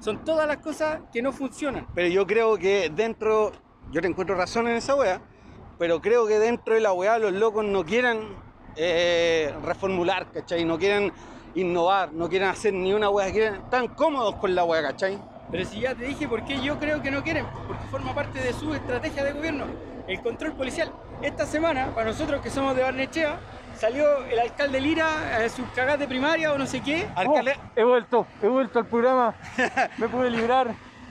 Speaker 2: Son todas las cosas que no funcionan.
Speaker 8: Pero yo creo que dentro, yo te encuentro razón en esa weá, pero creo que dentro de la weá los locos no quieren eh, reformular, ¿cachai? No quieren innovar, no quieren hacer ni una weá, quieren, están cómodos con la weá, ¿cachai?
Speaker 2: Pero si ya te dije por qué yo creo que no quieren, porque forma parte de su estrategia de gobierno, el control policial. Esta semana, para nosotros que somos de Barnechea, salió el alcalde Lira a sus cagadas de primaria o no sé qué.
Speaker 8: Alcalde,
Speaker 3: Eh, He vuelto, he vuelto al programa. Me pude librar.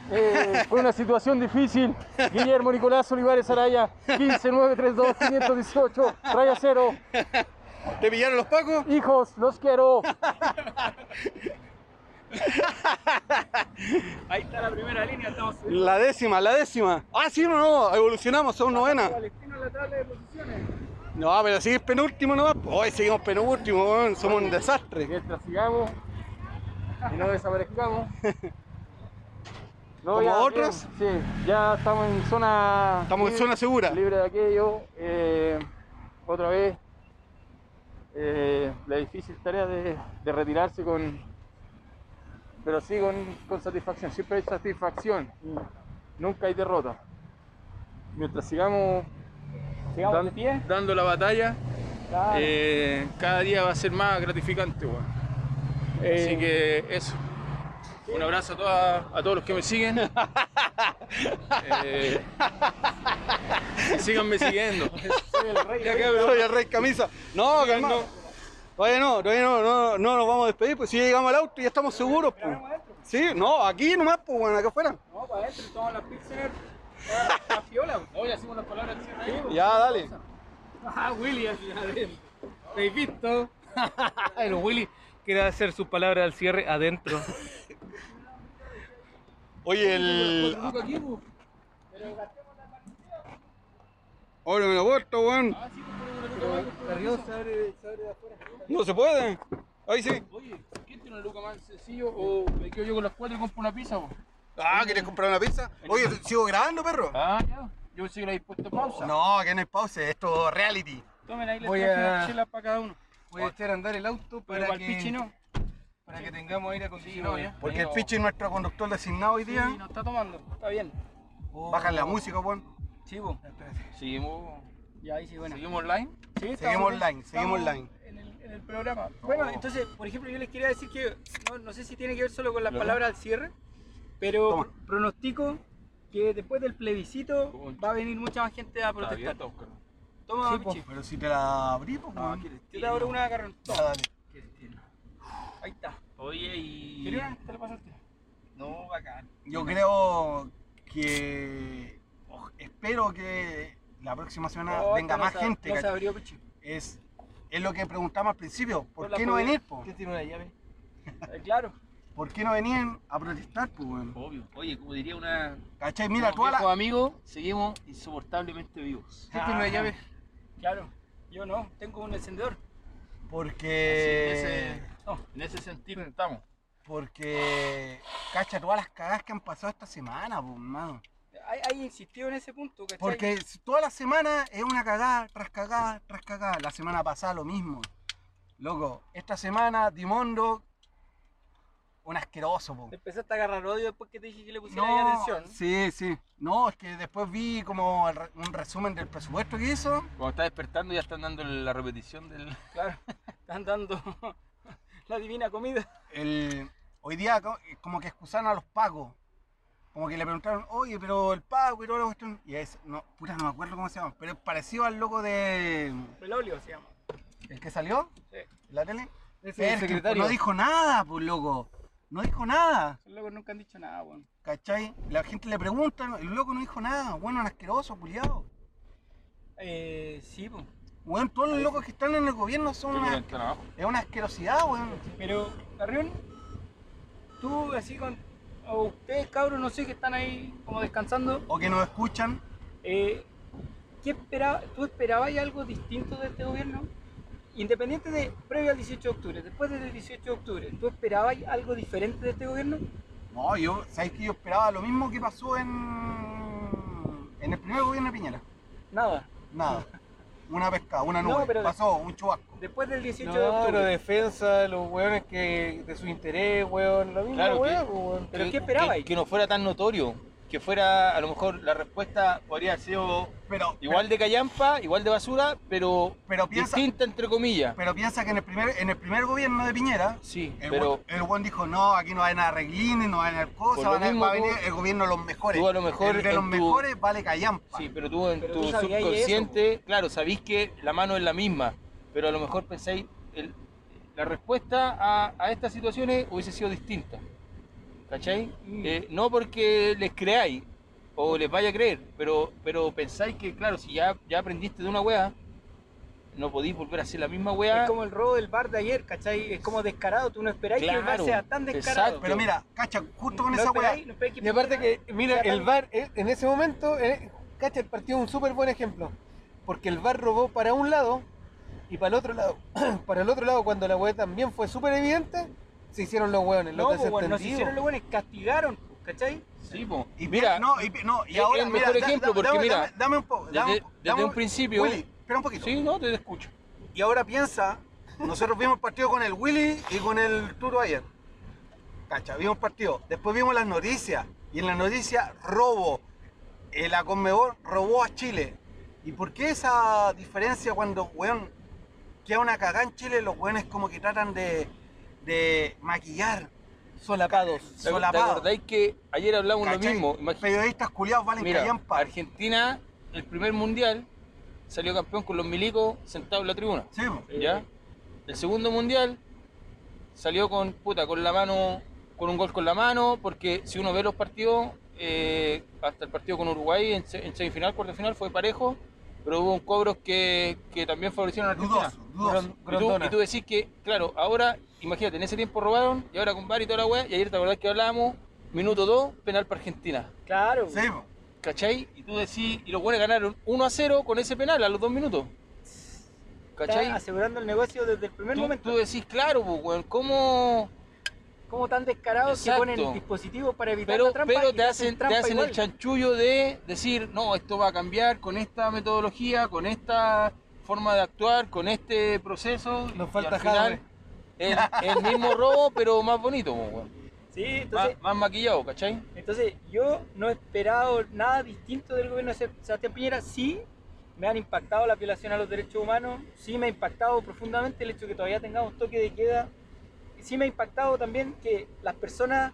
Speaker 3: eh, fue una situación difícil. Guillermo Nicolás Olivares Araya, 15932 518 raya 0.
Speaker 8: ¿te pillaron los pacos?
Speaker 3: Hijos, los quiero.
Speaker 2: Ahí está la primera línea, estamos subiendo.
Speaker 8: La décima, la décima. Ah, sí, no, no, evolucionamos, somos novena.
Speaker 2: Palestino en la tabla de posiciones.
Speaker 8: No, pero sigues penúltimo nomás. Hoy seguimos penúltimo, weón, somos un desastre.
Speaker 3: Mientras sigamos y no desaparezcamos. No,
Speaker 8: ¿Como
Speaker 3: ya,
Speaker 8: otros?
Speaker 3: bien, sí, ya estamos en zona.
Speaker 8: Estamos en
Speaker 3: libre-
Speaker 8: zona segura.
Speaker 3: Libre de aquello. eh, otra vez, eh, la difícil tarea de, de retirarse con. Pero sí con, con satisfacción. Siempre hay satisfacción. Nunca hay derrota. Mientras sigamos.
Speaker 2: Sigamos de
Speaker 3: dan-
Speaker 2: pie.
Speaker 4: Dando la batalla,
Speaker 2: Claro.
Speaker 4: eh, cada día va a ser más gratificante, weón.
Speaker 2: Eh,
Speaker 4: Así que eso. Un abrazo a, todas- a todos los que me siguen.
Speaker 2: [laughs]
Speaker 4: Eh, y síganme siguiendo.
Speaker 8: Soy el rey camisa. No, calmado. Todavía no, todavía no, no, no nos vamos a despedir, pues si ya llegamos al auto y ya estamos seguros, pues. Sí, no, aquí nomás, pues, bueno, acá afuera.
Speaker 2: No, para adentro, tomamos la pizza. La fiola.
Speaker 4: Hoy hacemos las palabras que
Speaker 8: Ya, dale.
Speaker 7: Ah, Willy al final. ¿Me has visto? [laughs] El Willy quiere hacer sus palabras al cierre adentro.
Speaker 8: Oye, el. Ahora me lo corto, weón.
Speaker 2: No se puede. Ahí sí.
Speaker 4: Oye, ¿quién tiene una luca más sencillo o me quedo yo con las cuatro y compro una pizza? po?
Speaker 8: Ah,
Speaker 1: Mm.
Speaker 8: ¿quieres comprar una pizza? Oye, sigo grabando, perro.
Speaker 4: Ah, ya. Yo pensé que le habéis puesto pausa.
Speaker 8: No, que no es pause, esto es reality.
Speaker 2: Tomen ahí les
Speaker 7: Voy
Speaker 2: traje
Speaker 7: a-
Speaker 2: unas chelas para cada uno.
Speaker 7: Voy a echar a andar el auto
Speaker 2: Pero
Speaker 7: para
Speaker 2: para el pichi
Speaker 7: que,
Speaker 2: no.
Speaker 7: para que tengamos aire acondicionado.
Speaker 2: Sí,
Speaker 7: ¿ya?
Speaker 8: Porque el Pichi es nuestro conductor designado hoy
Speaker 2: Sí,
Speaker 8: día.
Speaker 2: no está tomando. Está bien.
Speaker 8: Bajan la música, weón.
Speaker 2: Chivo.
Speaker 4: Seguimos,
Speaker 2: Y ahí sí, bueno.
Speaker 4: seguimos online.
Speaker 2: Sí, estamos
Speaker 8: Seguimos
Speaker 2: bien,
Speaker 8: online,
Speaker 2: estamos
Speaker 8: seguimos online. Oh.
Speaker 2: En el, en el programa. Bueno, entonces, por ejemplo, yo les quería decir que no, no sé si tiene que ver solo con las palabras al cierre, pero
Speaker 8: Toma.
Speaker 2: pro- pronostico que después del plebiscito va a venir mucha más gente a protestar. Toma,
Speaker 8: Sí, po,
Speaker 2: Pichi.
Speaker 8: pero si te la abrí, pues, weón.
Speaker 2: Yo te abro una de agarrón.
Speaker 8: Ya,
Speaker 2: Toma.
Speaker 8: dale.
Speaker 2: Ahí está.
Speaker 4: Oye, y.
Speaker 2: ¿Quieres una? Te la paso al tiro.
Speaker 4: No, bacán.
Speaker 8: Yo creo que. o- espero que la próxima semana
Speaker 2: Oh,
Speaker 8: venga
Speaker 2: no
Speaker 8: más
Speaker 2: se-
Speaker 8: gente.
Speaker 2: No se
Speaker 8: ¿cachai?
Speaker 2: abrió, Pichi.
Speaker 8: Es, es lo que preguntamos al principio. ¿Por
Speaker 2: la
Speaker 8: qué no
Speaker 2: podía-
Speaker 8: venir, po?
Speaker 7: ¿Quién tiene una llave?
Speaker 2: Eh, claro.
Speaker 8: ¿Por qué no venían a protestar, pues, weón?
Speaker 4: Obvio. Oye, como diría una.
Speaker 8: ¿Cachai? Mira,
Speaker 4: como
Speaker 8: toda
Speaker 4: viejos
Speaker 8: la.
Speaker 4: amigos, seguimos insoportablemente vivos.
Speaker 7: ¿Quién tiene una
Speaker 2: Ah.
Speaker 7: llave?
Speaker 2: Claro. Yo no. Tengo un encendedor.
Speaker 4: Así que
Speaker 8: Porque.
Speaker 4: ese- En ese sentido estamos.
Speaker 8: Porque. Cacha, todas las cagadas que han pasado esta semana, pues, hermano.
Speaker 2: Hay, hay insistido en ese punto, ¿cachai?
Speaker 8: Porque s- toda la semana es una cagada, tras cagada, tras cagada. La semana pasada lo mismo. Loco, esta semana Dimondo, un asqueroso, po.
Speaker 2: Te Empezaste a agarrar odio después que te dije que le pusiera ahí
Speaker 8: No,
Speaker 2: atención.
Speaker 8: sí, sí. No, es que después vi como el re- un resumen del presupuesto que hizo.
Speaker 4: Cuando está despertando ya están dando la repetición del.
Speaker 2: Claro, [laughs] están dando [laughs] la divina comida.
Speaker 8: El, hoy día co- como que excusaron a los pagos. Como que le preguntaron, oye, pero el pago y toda la cuestión. Y es, no, puta, no me acuerdo cómo se llama. Pero es parecido al loco de...
Speaker 2: Belolio se llama.
Speaker 8: ¿El que salió?
Speaker 2: Sí.
Speaker 8: ¿En la tele?
Speaker 7: Ese es el
Speaker 8: Es que, pues,
Speaker 7: secretario.
Speaker 8: No dijo nada, pues loco. No dijo nada.
Speaker 2: Los locos nunca han dicho nada, weón.
Speaker 8: ¿Cachai? La gente le pregunta, ¿no? el loco no dijo nada. Bueno, un asqueroso, culiado.
Speaker 2: Eh, sí, po.
Speaker 8: Bueno, todos los locos que están en el gobierno son
Speaker 4: Yo creo que
Speaker 8: una,
Speaker 4: están abajo.
Speaker 8: es una asquerosidad, weón.
Speaker 2: Pero, Carrión, tú así con. O ustedes, cabros, no sé, que están ahí como descansando.
Speaker 8: O que nos escuchan.
Speaker 2: eh, ¿qué espera- ¿Tú esperabas algo distinto de este gobierno? Independiente de previo al 18 de octubre, después del 18 de octubre, ¿tú esperabas algo diferente de este gobierno?
Speaker 8: No, yo, ¿sabes que Yo esperaba lo mismo que pasó en, en el primer gobierno de Piñera.
Speaker 2: Nada.
Speaker 4: [laughs]
Speaker 8: Nada. Una pesca, una
Speaker 2: No,
Speaker 8: nube.
Speaker 2: pero-
Speaker 8: Pasó un chubasco.
Speaker 2: Después del 18 de
Speaker 7: No,
Speaker 2: octubre.
Speaker 7: pero defensa, los weones que de su interés, weón, la misma
Speaker 4: Claro que-
Speaker 7: weá, pues, weón.
Speaker 2: ¿Pero qué esperaba ahí?
Speaker 4: Que, que no fuera tan notorio. Que fuera, a lo mejor, la respuesta podría haber sido
Speaker 8: Pero,
Speaker 4: igual de callampa, igual de basura, pero
Speaker 8: pero piensa,
Speaker 4: distinta, entre comillas.
Speaker 8: pero piensa que en el primer, en el primer gobierno de Piñera
Speaker 4: Sí,
Speaker 8: El,
Speaker 4: pero
Speaker 8: buen, el buen dijo, no, aquí no van a arreglines, no van a haber cosas,
Speaker 4: Por lo
Speaker 8: van a,
Speaker 4: mismo
Speaker 8: va a
Speaker 4: tú-
Speaker 8: venir el gobierno de los mejores.
Speaker 4: tú a lo mejor
Speaker 8: el de
Speaker 4: en
Speaker 8: los
Speaker 4: tu-
Speaker 8: mejores vale callampa.
Speaker 4: Sí, pero tú en
Speaker 2: Pero
Speaker 4: tu
Speaker 2: tú sabías
Speaker 4: subconsciente, claro, sabéis que la mano es la misma, pero a lo mejor pensáis, el- la respuesta a, a estas situaciones hubiese sido distinta. ¿Cachai?
Speaker 2: Mm.
Speaker 4: Eh, no porque les creáis o les vaya a creer, pero, pero pensáis que, claro, si ya, ya aprendiste de una wea, no podéis volver a hacer la misma wea.
Speaker 2: Es como el robo del bar de ayer, ¿cachai? Es como descarado, tú no esperáis que el bar
Speaker 4: Claro,
Speaker 2: sea tan descarado.
Speaker 4: exacto.
Speaker 8: Pero mira, cacha, justo con
Speaker 2: no
Speaker 8: esa weá,
Speaker 2: esperáis- no esperáis que
Speaker 7: Y aparte
Speaker 2: funcione.
Speaker 7: que, mira, el VAR eh, en ese momento, eh, cacha, el partido es un súper buen ejemplo. Porque el VAR robó para un lado y para el otro lado, [clears throat] para el otro lado, cuando la weá también fue súper evidente, se hicieron los weones,
Speaker 2: No,
Speaker 7: los
Speaker 2: pues, bueno, no se
Speaker 7: desentendidos.
Speaker 2: hicieron los buenos, castigaron, pues, ¿cachai?
Speaker 4: Sí, po.
Speaker 8: y
Speaker 4: mira,
Speaker 8: no, y, no, y
Speaker 4: es
Speaker 8: ahora,
Speaker 4: el
Speaker 8: mira,
Speaker 4: mejor
Speaker 8: da-
Speaker 4: ejemplo,
Speaker 8: da-
Speaker 4: porque
Speaker 8: dame,
Speaker 4: mira,
Speaker 8: dame- dame un poco,
Speaker 4: desde-
Speaker 8: dame-
Speaker 4: desde
Speaker 8: dame
Speaker 4: un principio- eh.
Speaker 8: Willy, espera un poquito.
Speaker 4: sí, no, te escucho.
Speaker 8: Y ahora piensa, nosotros vimos el partido con el Willy y con el Turo ayer. Cacha, vimos el partido. Después vimos las noticias. Y en las noticias, robo. Eh, la Conmebol robó a Chile. ¿Y por qué esa diferencia cuando, weón, queda una cagada en Chile, los weones como que tratan de, de maquillar,
Speaker 7: Solapados.
Speaker 4: ¿Te, te
Speaker 8: solapados?
Speaker 4: acordáis que ayer hablamos lo
Speaker 8: ¿Cachai?
Speaker 4: mismo? Imagínate.
Speaker 8: Periodistas culiados valen
Speaker 4: Mira,
Speaker 8: callampa.
Speaker 4: Argentina, el primer mundial, salió campeón con los milicos sentados en la tribuna.
Speaker 8: Sí, po.
Speaker 4: ¿Ya? El segundo mundial salió con puta, con la mano, con un gol con la mano, porque si uno ve los partidos, eh, hasta el partido con Uruguay en, se- en semifinal, cuarto final fue parejo, pero hubo un cobros que, que también favorecieron a Argentina.
Speaker 8: dudoso, dudoso.
Speaker 4: Y tú, y tú decís que, claro, ahora, imagínate, en ese tiempo robaron y ahora con VAR y toda la weá, y ayer te acordás que hablábamos, minuto 2, penal para Argentina.
Speaker 2: Claro.
Speaker 8: Sí, po.
Speaker 4: ¿Cachai? Y tú decís, y los buenos ganaron 1 a 0 con ese penal a los dos minutos. ¿Cachai?
Speaker 2: Está asegurando el negocio desde el primer
Speaker 4: Tú,
Speaker 2: momento.
Speaker 4: tú decís, claro, pues, weón, ¿cómo...?
Speaker 2: Como tan descarados que
Speaker 4: Exacto.
Speaker 2: ponen dispositivos para evitar
Speaker 4: Pero,
Speaker 2: la trampa.
Speaker 4: pero
Speaker 2: y
Speaker 4: te hacen, te
Speaker 2: trampa
Speaker 4: hacen el
Speaker 2: igual.
Speaker 4: chanchullo de decir, no, esto va a cambiar con esta metodología, con esta forma de actuar, con este proceso.
Speaker 8: Nos
Speaker 4: y
Speaker 8: falta
Speaker 4: al final, el, el mismo robo, pero más bonito, pues, weón.
Speaker 2: Sí, entonces,
Speaker 4: más, más maquillado, ¿cachai?
Speaker 2: entonces yo no he esperado nada distinto del gobierno de Seb- Sebastián Piñera. Sí, me han impactado la violación a los derechos humanos. Sí, me ha impactado profundamente el hecho de que todavía tengamos toque de queda. Y sí, me ha impactado también que las personas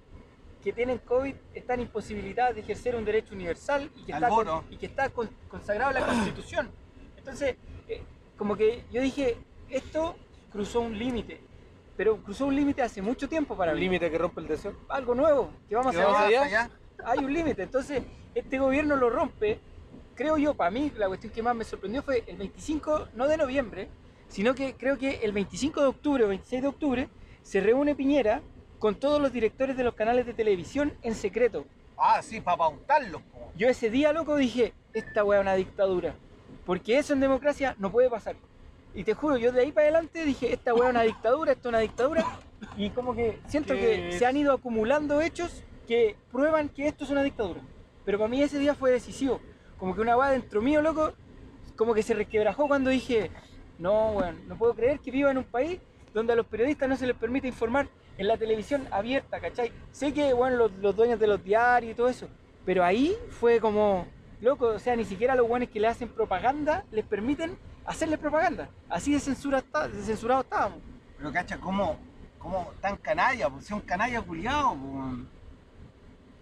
Speaker 2: que tienen COVID están imposibilitadas de ejercer un derecho universal y que
Speaker 8: Al
Speaker 2: está, con-
Speaker 8: voto.
Speaker 2: y que está con- consagrado en la Constitución. Entonces, eh, como que yo dije, esto cruzó un límite. Pero cruzó un límite hace mucho tiempo para
Speaker 7: El
Speaker 2: mí
Speaker 7: límite que rompe el deseo.
Speaker 2: algo nuevo, que vamos
Speaker 8: ¿Que
Speaker 2: a
Speaker 8: vamos
Speaker 2: allá.
Speaker 8: allá?
Speaker 2: Hay un límite, entonces este gobierno lo rompe. Creo yo, para mí, la cuestión que más me sorprendió fue el 25, no de noviembre, sino que creo que el 25 de octubre o 26 de octubre se reúne Piñera con todos los directores de los canales de televisión en secreto.
Speaker 8: Ah, sí, para pautarlos. po.
Speaker 2: Yo ese día, loco, dije, esta weá es una dictadura. Porque eso en democracia no puede pasar. Y te juro, yo de ahí para adelante dije, esta weá es una dictadura, esto es una dictadura. Y como que siento que se han ido acumulando hechos que prueban que esto es una dictadura. Pero para mí ese día fue decisivo. Como que una weá dentro mío, loco, como que se resquebrajó cuando dije, no, weón, no puedo creer que viva en un país donde a los periodistas no se les permite informar en la televisión abierta, ¿cachai? Sé que, weón, los, los dueños de los diarios y todo eso, pero ahí fue como, loco, o sea, ni siquiera a los weones que le hacen propaganda les permiten hacerles propaganda. Así de, censura está- de censurado estábamos.
Speaker 8: Pero cacha, ¿cómo, cómo tan canalla? Pues si un canalla culiado.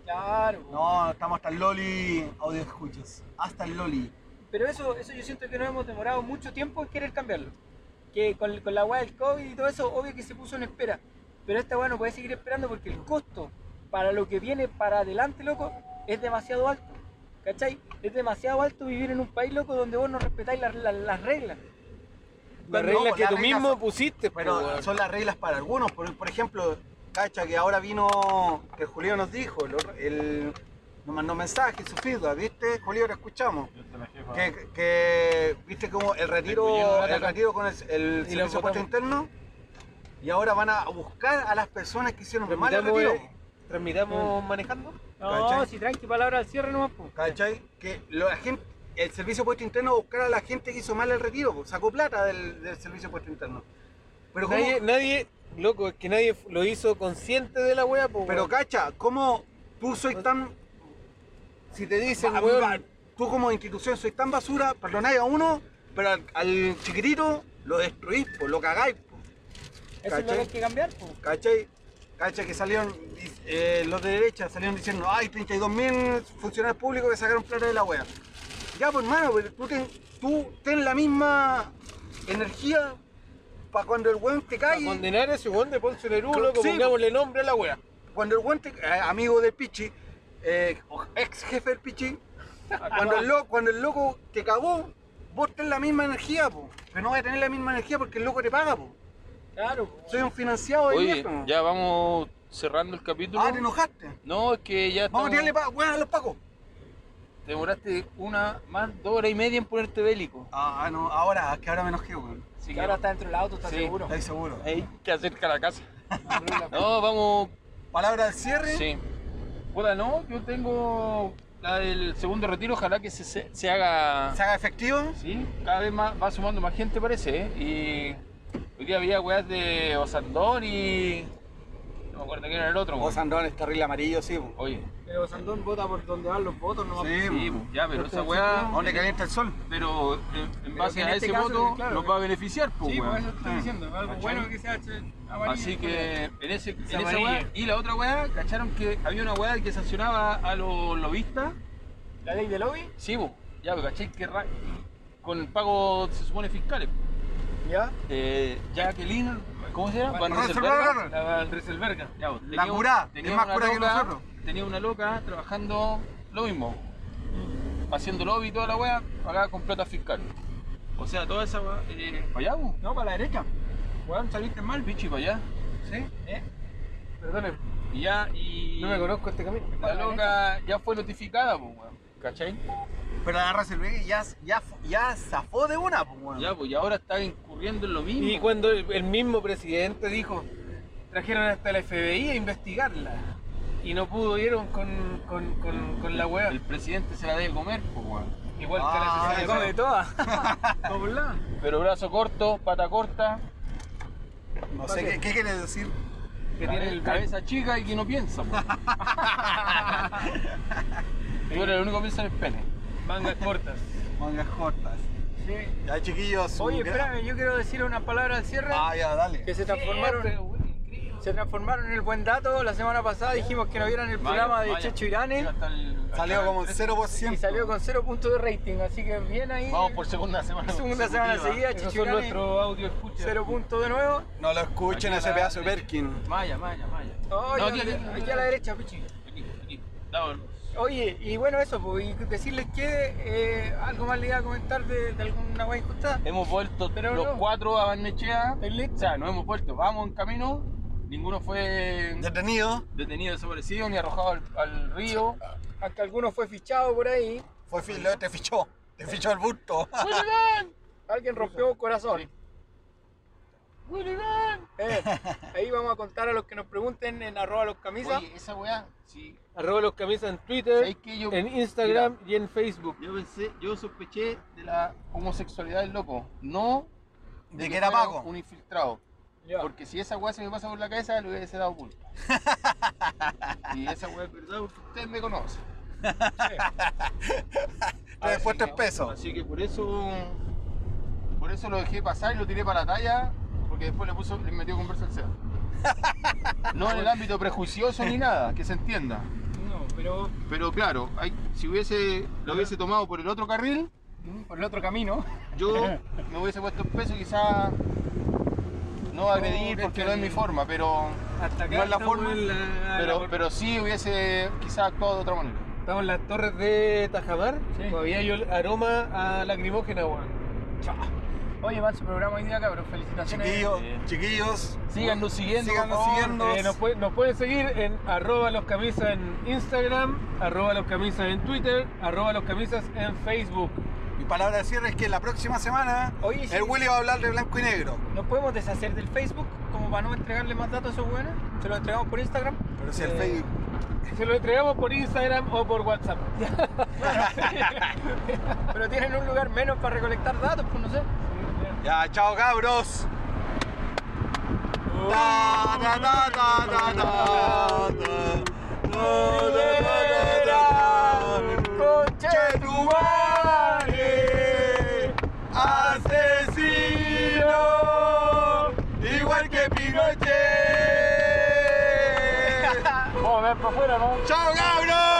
Speaker 2: Claro.
Speaker 8: No, estamos hasta el Loli audio escuchas. Hasta el Loli.
Speaker 2: Pero eso, eso yo siento que no hemos demorado mucho tiempo en querer cambiarlo. Que con, con la weá del COVID y todo eso, obvio que se puso en espera. Pero esta weá no puede seguir esperando porque el costo para lo que viene para adelante, loco, es demasiado alto. ¿Cachai? Es demasiado alto vivir en un país, loco, donde vos no respetáis las- las- las reglas.
Speaker 7: Las
Speaker 8: No,
Speaker 2: pues,
Speaker 7: reglas que
Speaker 8: las
Speaker 7: tú
Speaker 8: reglas
Speaker 7: mismo
Speaker 8: son-
Speaker 7: pusiste, pues, po,
Speaker 8: Pero
Speaker 7: weón.
Speaker 8: son las reglas para algunos. Por, por ejemplo, cacha, que ahora vino, que Julio nos dijo, lo- el, nos mandó mensaje, su feedback, ¿viste? Julio, lo escuchamos. Que, que, viste como el retiro, el retiro con el, el
Speaker 7: Y los
Speaker 8: servicio de puesto
Speaker 7: votamos.
Speaker 8: interno y ahora van a buscar a las personas que hicieron mal el
Speaker 7: Transmitamos,
Speaker 8: retiro. Mm.
Speaker 7: eh, transmitamos manejando.
Speaker 2: No,
Speaker 8: ¿Cachai?
Speaker 2: si tranqui, palabra al cierre nomás, po.
Speaker 8: ¿Cachai? Que lo- la gente, el servicio de puesto interno va a buscar a la gente que hizo mal el retiro, po, sacó plata del, del servicio de puesto interno. Pero, ¿cómo-
Speaker 7: Nadie, nadie, loco, es que nadie lo hizo consciente de la wea, po,
Speaker 8: pero
Speaker 7: weón.
Speaker 8: cacha, ¿cómo tú soy tan
Speaker 7: si te dicen,
Speaker 2: Ah,
Speaker 8: Ba-
Speaker 7: weón,
Speaker 8: ba- tú como institución sois tan basura, perdonáis a uno, pero al, al chiquitito lo destruís, po, lo cagáis. po,
Speaker 2: Eso es lo
Speaker 8: ¿Cachai?
Speaker 2: que hay que cambiar, po.
Speaker 8: ¿Cachai? ¿Cachai? Que salieron eh, los de derecha, salieron diciendo, hay 32.000 funcionarios públicos que sacaron plata de la wea. Ya, pues hermano, pero tú ten, tú ten la misma energía para cuando el weón te
Speaker 7: para
Speaker 8: cae.
Speaker 7: condenar a ese weón de Ponce Lerú,
Speaker 8: Creo-
Speaker 7: loco,
Speaker 8: sí,
Speaker 7: pongámosle nombre a la wea.
Speaker 8: cuando el guante, eh, amigo del Pichi, eh, o ex jefe del Pichi, cuando el, loco, cuando el loco te cagó, vos tenés la misma energía, po. pero no vas a tener la misma energía porque el loco te paga. Po.
Speaker 2: Claro, po.
Speaker 8: Soy un financiado de
Speaker 4: Oye,
Speaker 8: mierda.
Speaker 4: ya vamos cerrando el capítulo.
Speaker 8: Ah, te enojaste.
Speaker 4: No, es que ya
Speaker 8: Vamos
Speaker 4: estamos-
Speaker 8: a tirarle pa weón a los pacos.
Speaker 4: Te demoraste una más dos horas y media en ponerte bélico.
Speaker 8: Ah, no, ahora, es que ahora me enojé, weón.
Speaker 4: Así
Speaker 2: Que
Speaker 4: que
Speaker 2: ahora está dentro del auto, está
Speaker 4: Sí.
Speaker 2: seguro.
Speaker 8: Estoy seguro.
Speaker 4: hay que acerca
Speaker 2: [laughs]
Speaker 4: la casa. No, vamos.
Speaker 8: Palabra del cierre.
Speaker 4: Sí. Puta, no, yo tengo la del segundo retiro, ojalá que se, se- se haga.
Speaker 8: Se haga efectivo.
Speaker 4: Sí, cada vez más va sumando más gente parece, ¿eh? Y hoy día había weas de Osandón y. No me acuerdo quién era el otro. weón.
Speaker 8: Vos Andón Oh, es carril amarillo, sí. po.
Speaker 4: Oye,
Speaker 2: Pero Sandón vota por donde van los votos, no
Speaker 8: Sí,
Speaker 4: sí,
Speaker 8: po.
Speaker 4: ya, pero
Speaker 2: este
Speaker 4: esa wea.
Speaker 8: ¿Dónde calienta el sol?
Speaker 4: Pero eh, en base
Speaker 2: en
Speaker 4: a
Speaker 2: este
Speaker 4: ese
Speaker 2: caso,
Speaker 4: voto
Speaker 2: claro,
Speaker 4: nos va a beneficiar, pues,
Speaker 2: Sí, por
Speaker 4: weón.
Speaker 2: eso estoy diciendo, algo
Speaker 4: ¿Cachai?
Speaker 2: bueno que sea amarillo.
Speaker 4: Así que en, ese, en esa
Speaker 7: amarilla.
Speaker 4: weá- Y la otra weá, ¿cacharon que había una weá que sancionaba a los lobistas?
Speaker 2: ¿La ley de lobby?
Speaker 4: Sí, po. ya, pero ¿cachai que ra- con el pago, se supone, fiscales?
Speaker 2: ¿Ya?
Speaker 4: Eh, Jacqueline, ¿cómo se llama?
Speaker 8: Van Rieselberga.
Speaker 4: La Van Rieselberga. Ya, po.
Speaker 8: La
Speaker 4: Tenía-
Speaker 8: curá,
Speaker 4: tenía
Speaker 8: es más
Speaker 4: una
Speaker 8: curá que
Speaker 4: loca-
Speaker 8: nosotros.
Speaker 4: Tenía una loca trabajando lo mismo, haciendo lobby y toda la weá, pagada con plata fiscal. O sea, toda esa weá. Eh, para allá, po.
Speaker 2: No, para la derecha.
Speaker 4: weón, saliste mal, bichi, para allá.
Speaker 2: ¿Sí? ¿Eh?
Speaker 7: Perdone,
Speaker 4: Y ya, y.
Speaker 7: no me conozco este camino.
Speaker 4: La loca ya fue notificada, pues, weón. ¿Cachai?
Speaker 1: Pero la raza del reggae ya, ya, ya zafó de una, pues, weón.
Speaker 4: Ya, pues, y ahora está incurriendo en lo mismo.
Speaker 7: Y cuando el, el mismo presidente dijo, trajeron hasta la FBI a investigarla. Y no pudieron con, con, con, con la weá.
Speaker 4: pues, El presidente se la debe comer, pues, weón.
Speaker 7: Igual que
Speaker 1: Ah,
Speaker 7: la
Speaker 1: eso.
Speaker 7: asesina de todas. [laughs]
Speaker 4: Pero brazo corto, pata corta,
Speaker 1: No sé, ¿qué, qué quieres decir?
Speaker 7: Que tiene el
Speaker 4: cabeza chica y que no piensa,
Speaker 2: [laughs]
Speaker 4: pues. Yo era el único que piensa en el pene.
Speaker 7: mangas cortas.
Speaker 1: Mangas cortas. Ya, chiquillos.
Speaker 2: Oye,
Speaker 1: un gran-
Speaker 2: espérame, yo quiero decir una palabra al cierre.
Speaker 1: Ah, ya, dale.
Speaker 2: Que se transformaron, se transformaron en el buen dato. La semana pasada dijimos que no vieran el programa de Checho Irane
Speaker 1: Salió como
Speaker 2: y
Speaker 1: 0%.
Speaker 2: salió con 0 puntos de rating. Así que bien ahí.
Speaker 4: Vamos por segunda semana.
Speaker 2: segunda semana seguida,
Speaker 7: Esos
Speaker 2: Checho
Speaker 7: son
Speaker 2: Irane,
Speaker 7: nuestros audio escucha.
Speaker 2: 0 puntos de nuevo.
Speaker 1: No lo escuchen a ese pedazo de Perkin.
Speaker 4: Maya, maya, maya.
Speaker 2: Oye,
Speaker 4: No, aquí,
Speaker 2: aquí,
Speaker 4: aquí,
Speaker 2: a la derecha, pichi.
Speaker 4: Aquí, aquí. Da, bueno.
Speaker 2: Oye, y bueno, eso, pues, y decirles que eh, algo más le iba a comentar de, de alguna wea injustada.
Speaker 4: Hemos vuelto
Speaker 2: Pero
Speaker 4: los
Speaker 2: no.
Speaker 4: cuatro a Barnechea. O sea, no hemos vuelto. Vamos en camino. Ninguno fue
Speaker 1: Detenido.
Speaker 4: detenido, desaparecido, ni arrojado al, al río.
Speaker 2: Hasta alguno fue fichado por ahí.
Speaker 1: Fue filo, te fichó. Te fichó el bulto. [laughs]
Speaker 2: Alguien rompió un corazón. Eh, ahí vamos a contar a los que nos pregunten en arroba los camisas.
Speaker 4: Oye, esa weá, sí.
Speaker 2: Eh,
Speaker 7: Arroba los camisas en
Speaker 4: ¿Sabes
Speaker 7: Twitter,
Speaker 4: qué? Yo,
Speaker 7: en Instagram y en Facebook.
Speaker 4: yo pensé, yo sospeché de la homosexualidad del loco. No
Speaker 1: De que era
Speaker 4: fuera
Speaker 1: Paco.
Speaker 4: Un infiltrado.
Speaker 2: Ya.
Speaker 4: Porque si esa weá se me pasa por la cabeza, le hubiese dado
Speaker 1: [laughs]
Speaker 4: culpa. y esa weá es verdad porque ustedes me conocen.
Speaker 1: Te he
Speaker 4: Así
Speaker 1: puesto
Speaker 2: Ah,
Speaker 4: que-
Speaker 1: el peso.
Speaker 4: Así que por eso. Por eso lo dejé pasar y lo tiré para la talla, porque después le puso, le metió conversa al CEO.
Speaker 1: [laughs]
Speaker 4: No en el ámbito prejuicioso ni nada, que se entienda.
Speaker 2: No, pero
Speaker 4: Pero claro, hay- si hubiese, lo hubiese tomado por el otro carril,
Speaker 2: mm, por el otro camino.
Speaker 4: yo [laughs] me hubiese puesto el peso quizá no agredir porque no es mi forma, pero,
Speaker 7: Hasta
Speaker 4: acá No es la estamos forma, en pero,
Speaker 7: pero,
Speaker 4: pero sí hubiese quizá actuado de otra manera.
Speaker 7: estamos en las torres de Tajamar.
Speaker 2: Sí.
Speaker 7: Todavía hay ol- aroma a lacrimógena, weón.
Speaker 2: Oye, va su programa hoy día, cabrón. Felicitaciones.
Speaker 1: Chiquillos, chiquillos.
Speaker 4: Síganos siguiendo.
Speaker 1: Síganos
Speaker 4: por favor.
Speaker 1: siguiendo.
Speaker 7: Eh, nos, puede- nos pueden seguir en arroba los camisas en Instagram, arroba los camisas en Twitter, arroba los camisas en Facebook.
Speaker 1: Mi palabra de cierre es que la próxima semana
Speaker 2: Oye, sí.
Speaker 1: el Willy va a hablar de blanco y negro.
Speaker 2: ¿Nos podemos deshacer del Facebook como para no entregarle más datos a esos buenos? Se los entregamos por Instagram.
Speaker 1: Pero si el
Speaker 2: Eh,
Speaker 1: Facebook.
Speaker 7: Se lo entregamos por Instagram o por WhatsApp.
Speaker 2: Pero tienen un lugar menos para recolectar datos, pues no sé.
Speaker 1: Ya, chao cabros. Ta, ta, ta, ta, ta, ta, ta. Ta, ta, ta, ta, ta. Chetumare, asesino, igual que Pinochet. Vamos a ver para afuera, ¿no? ¡Chao, cabros!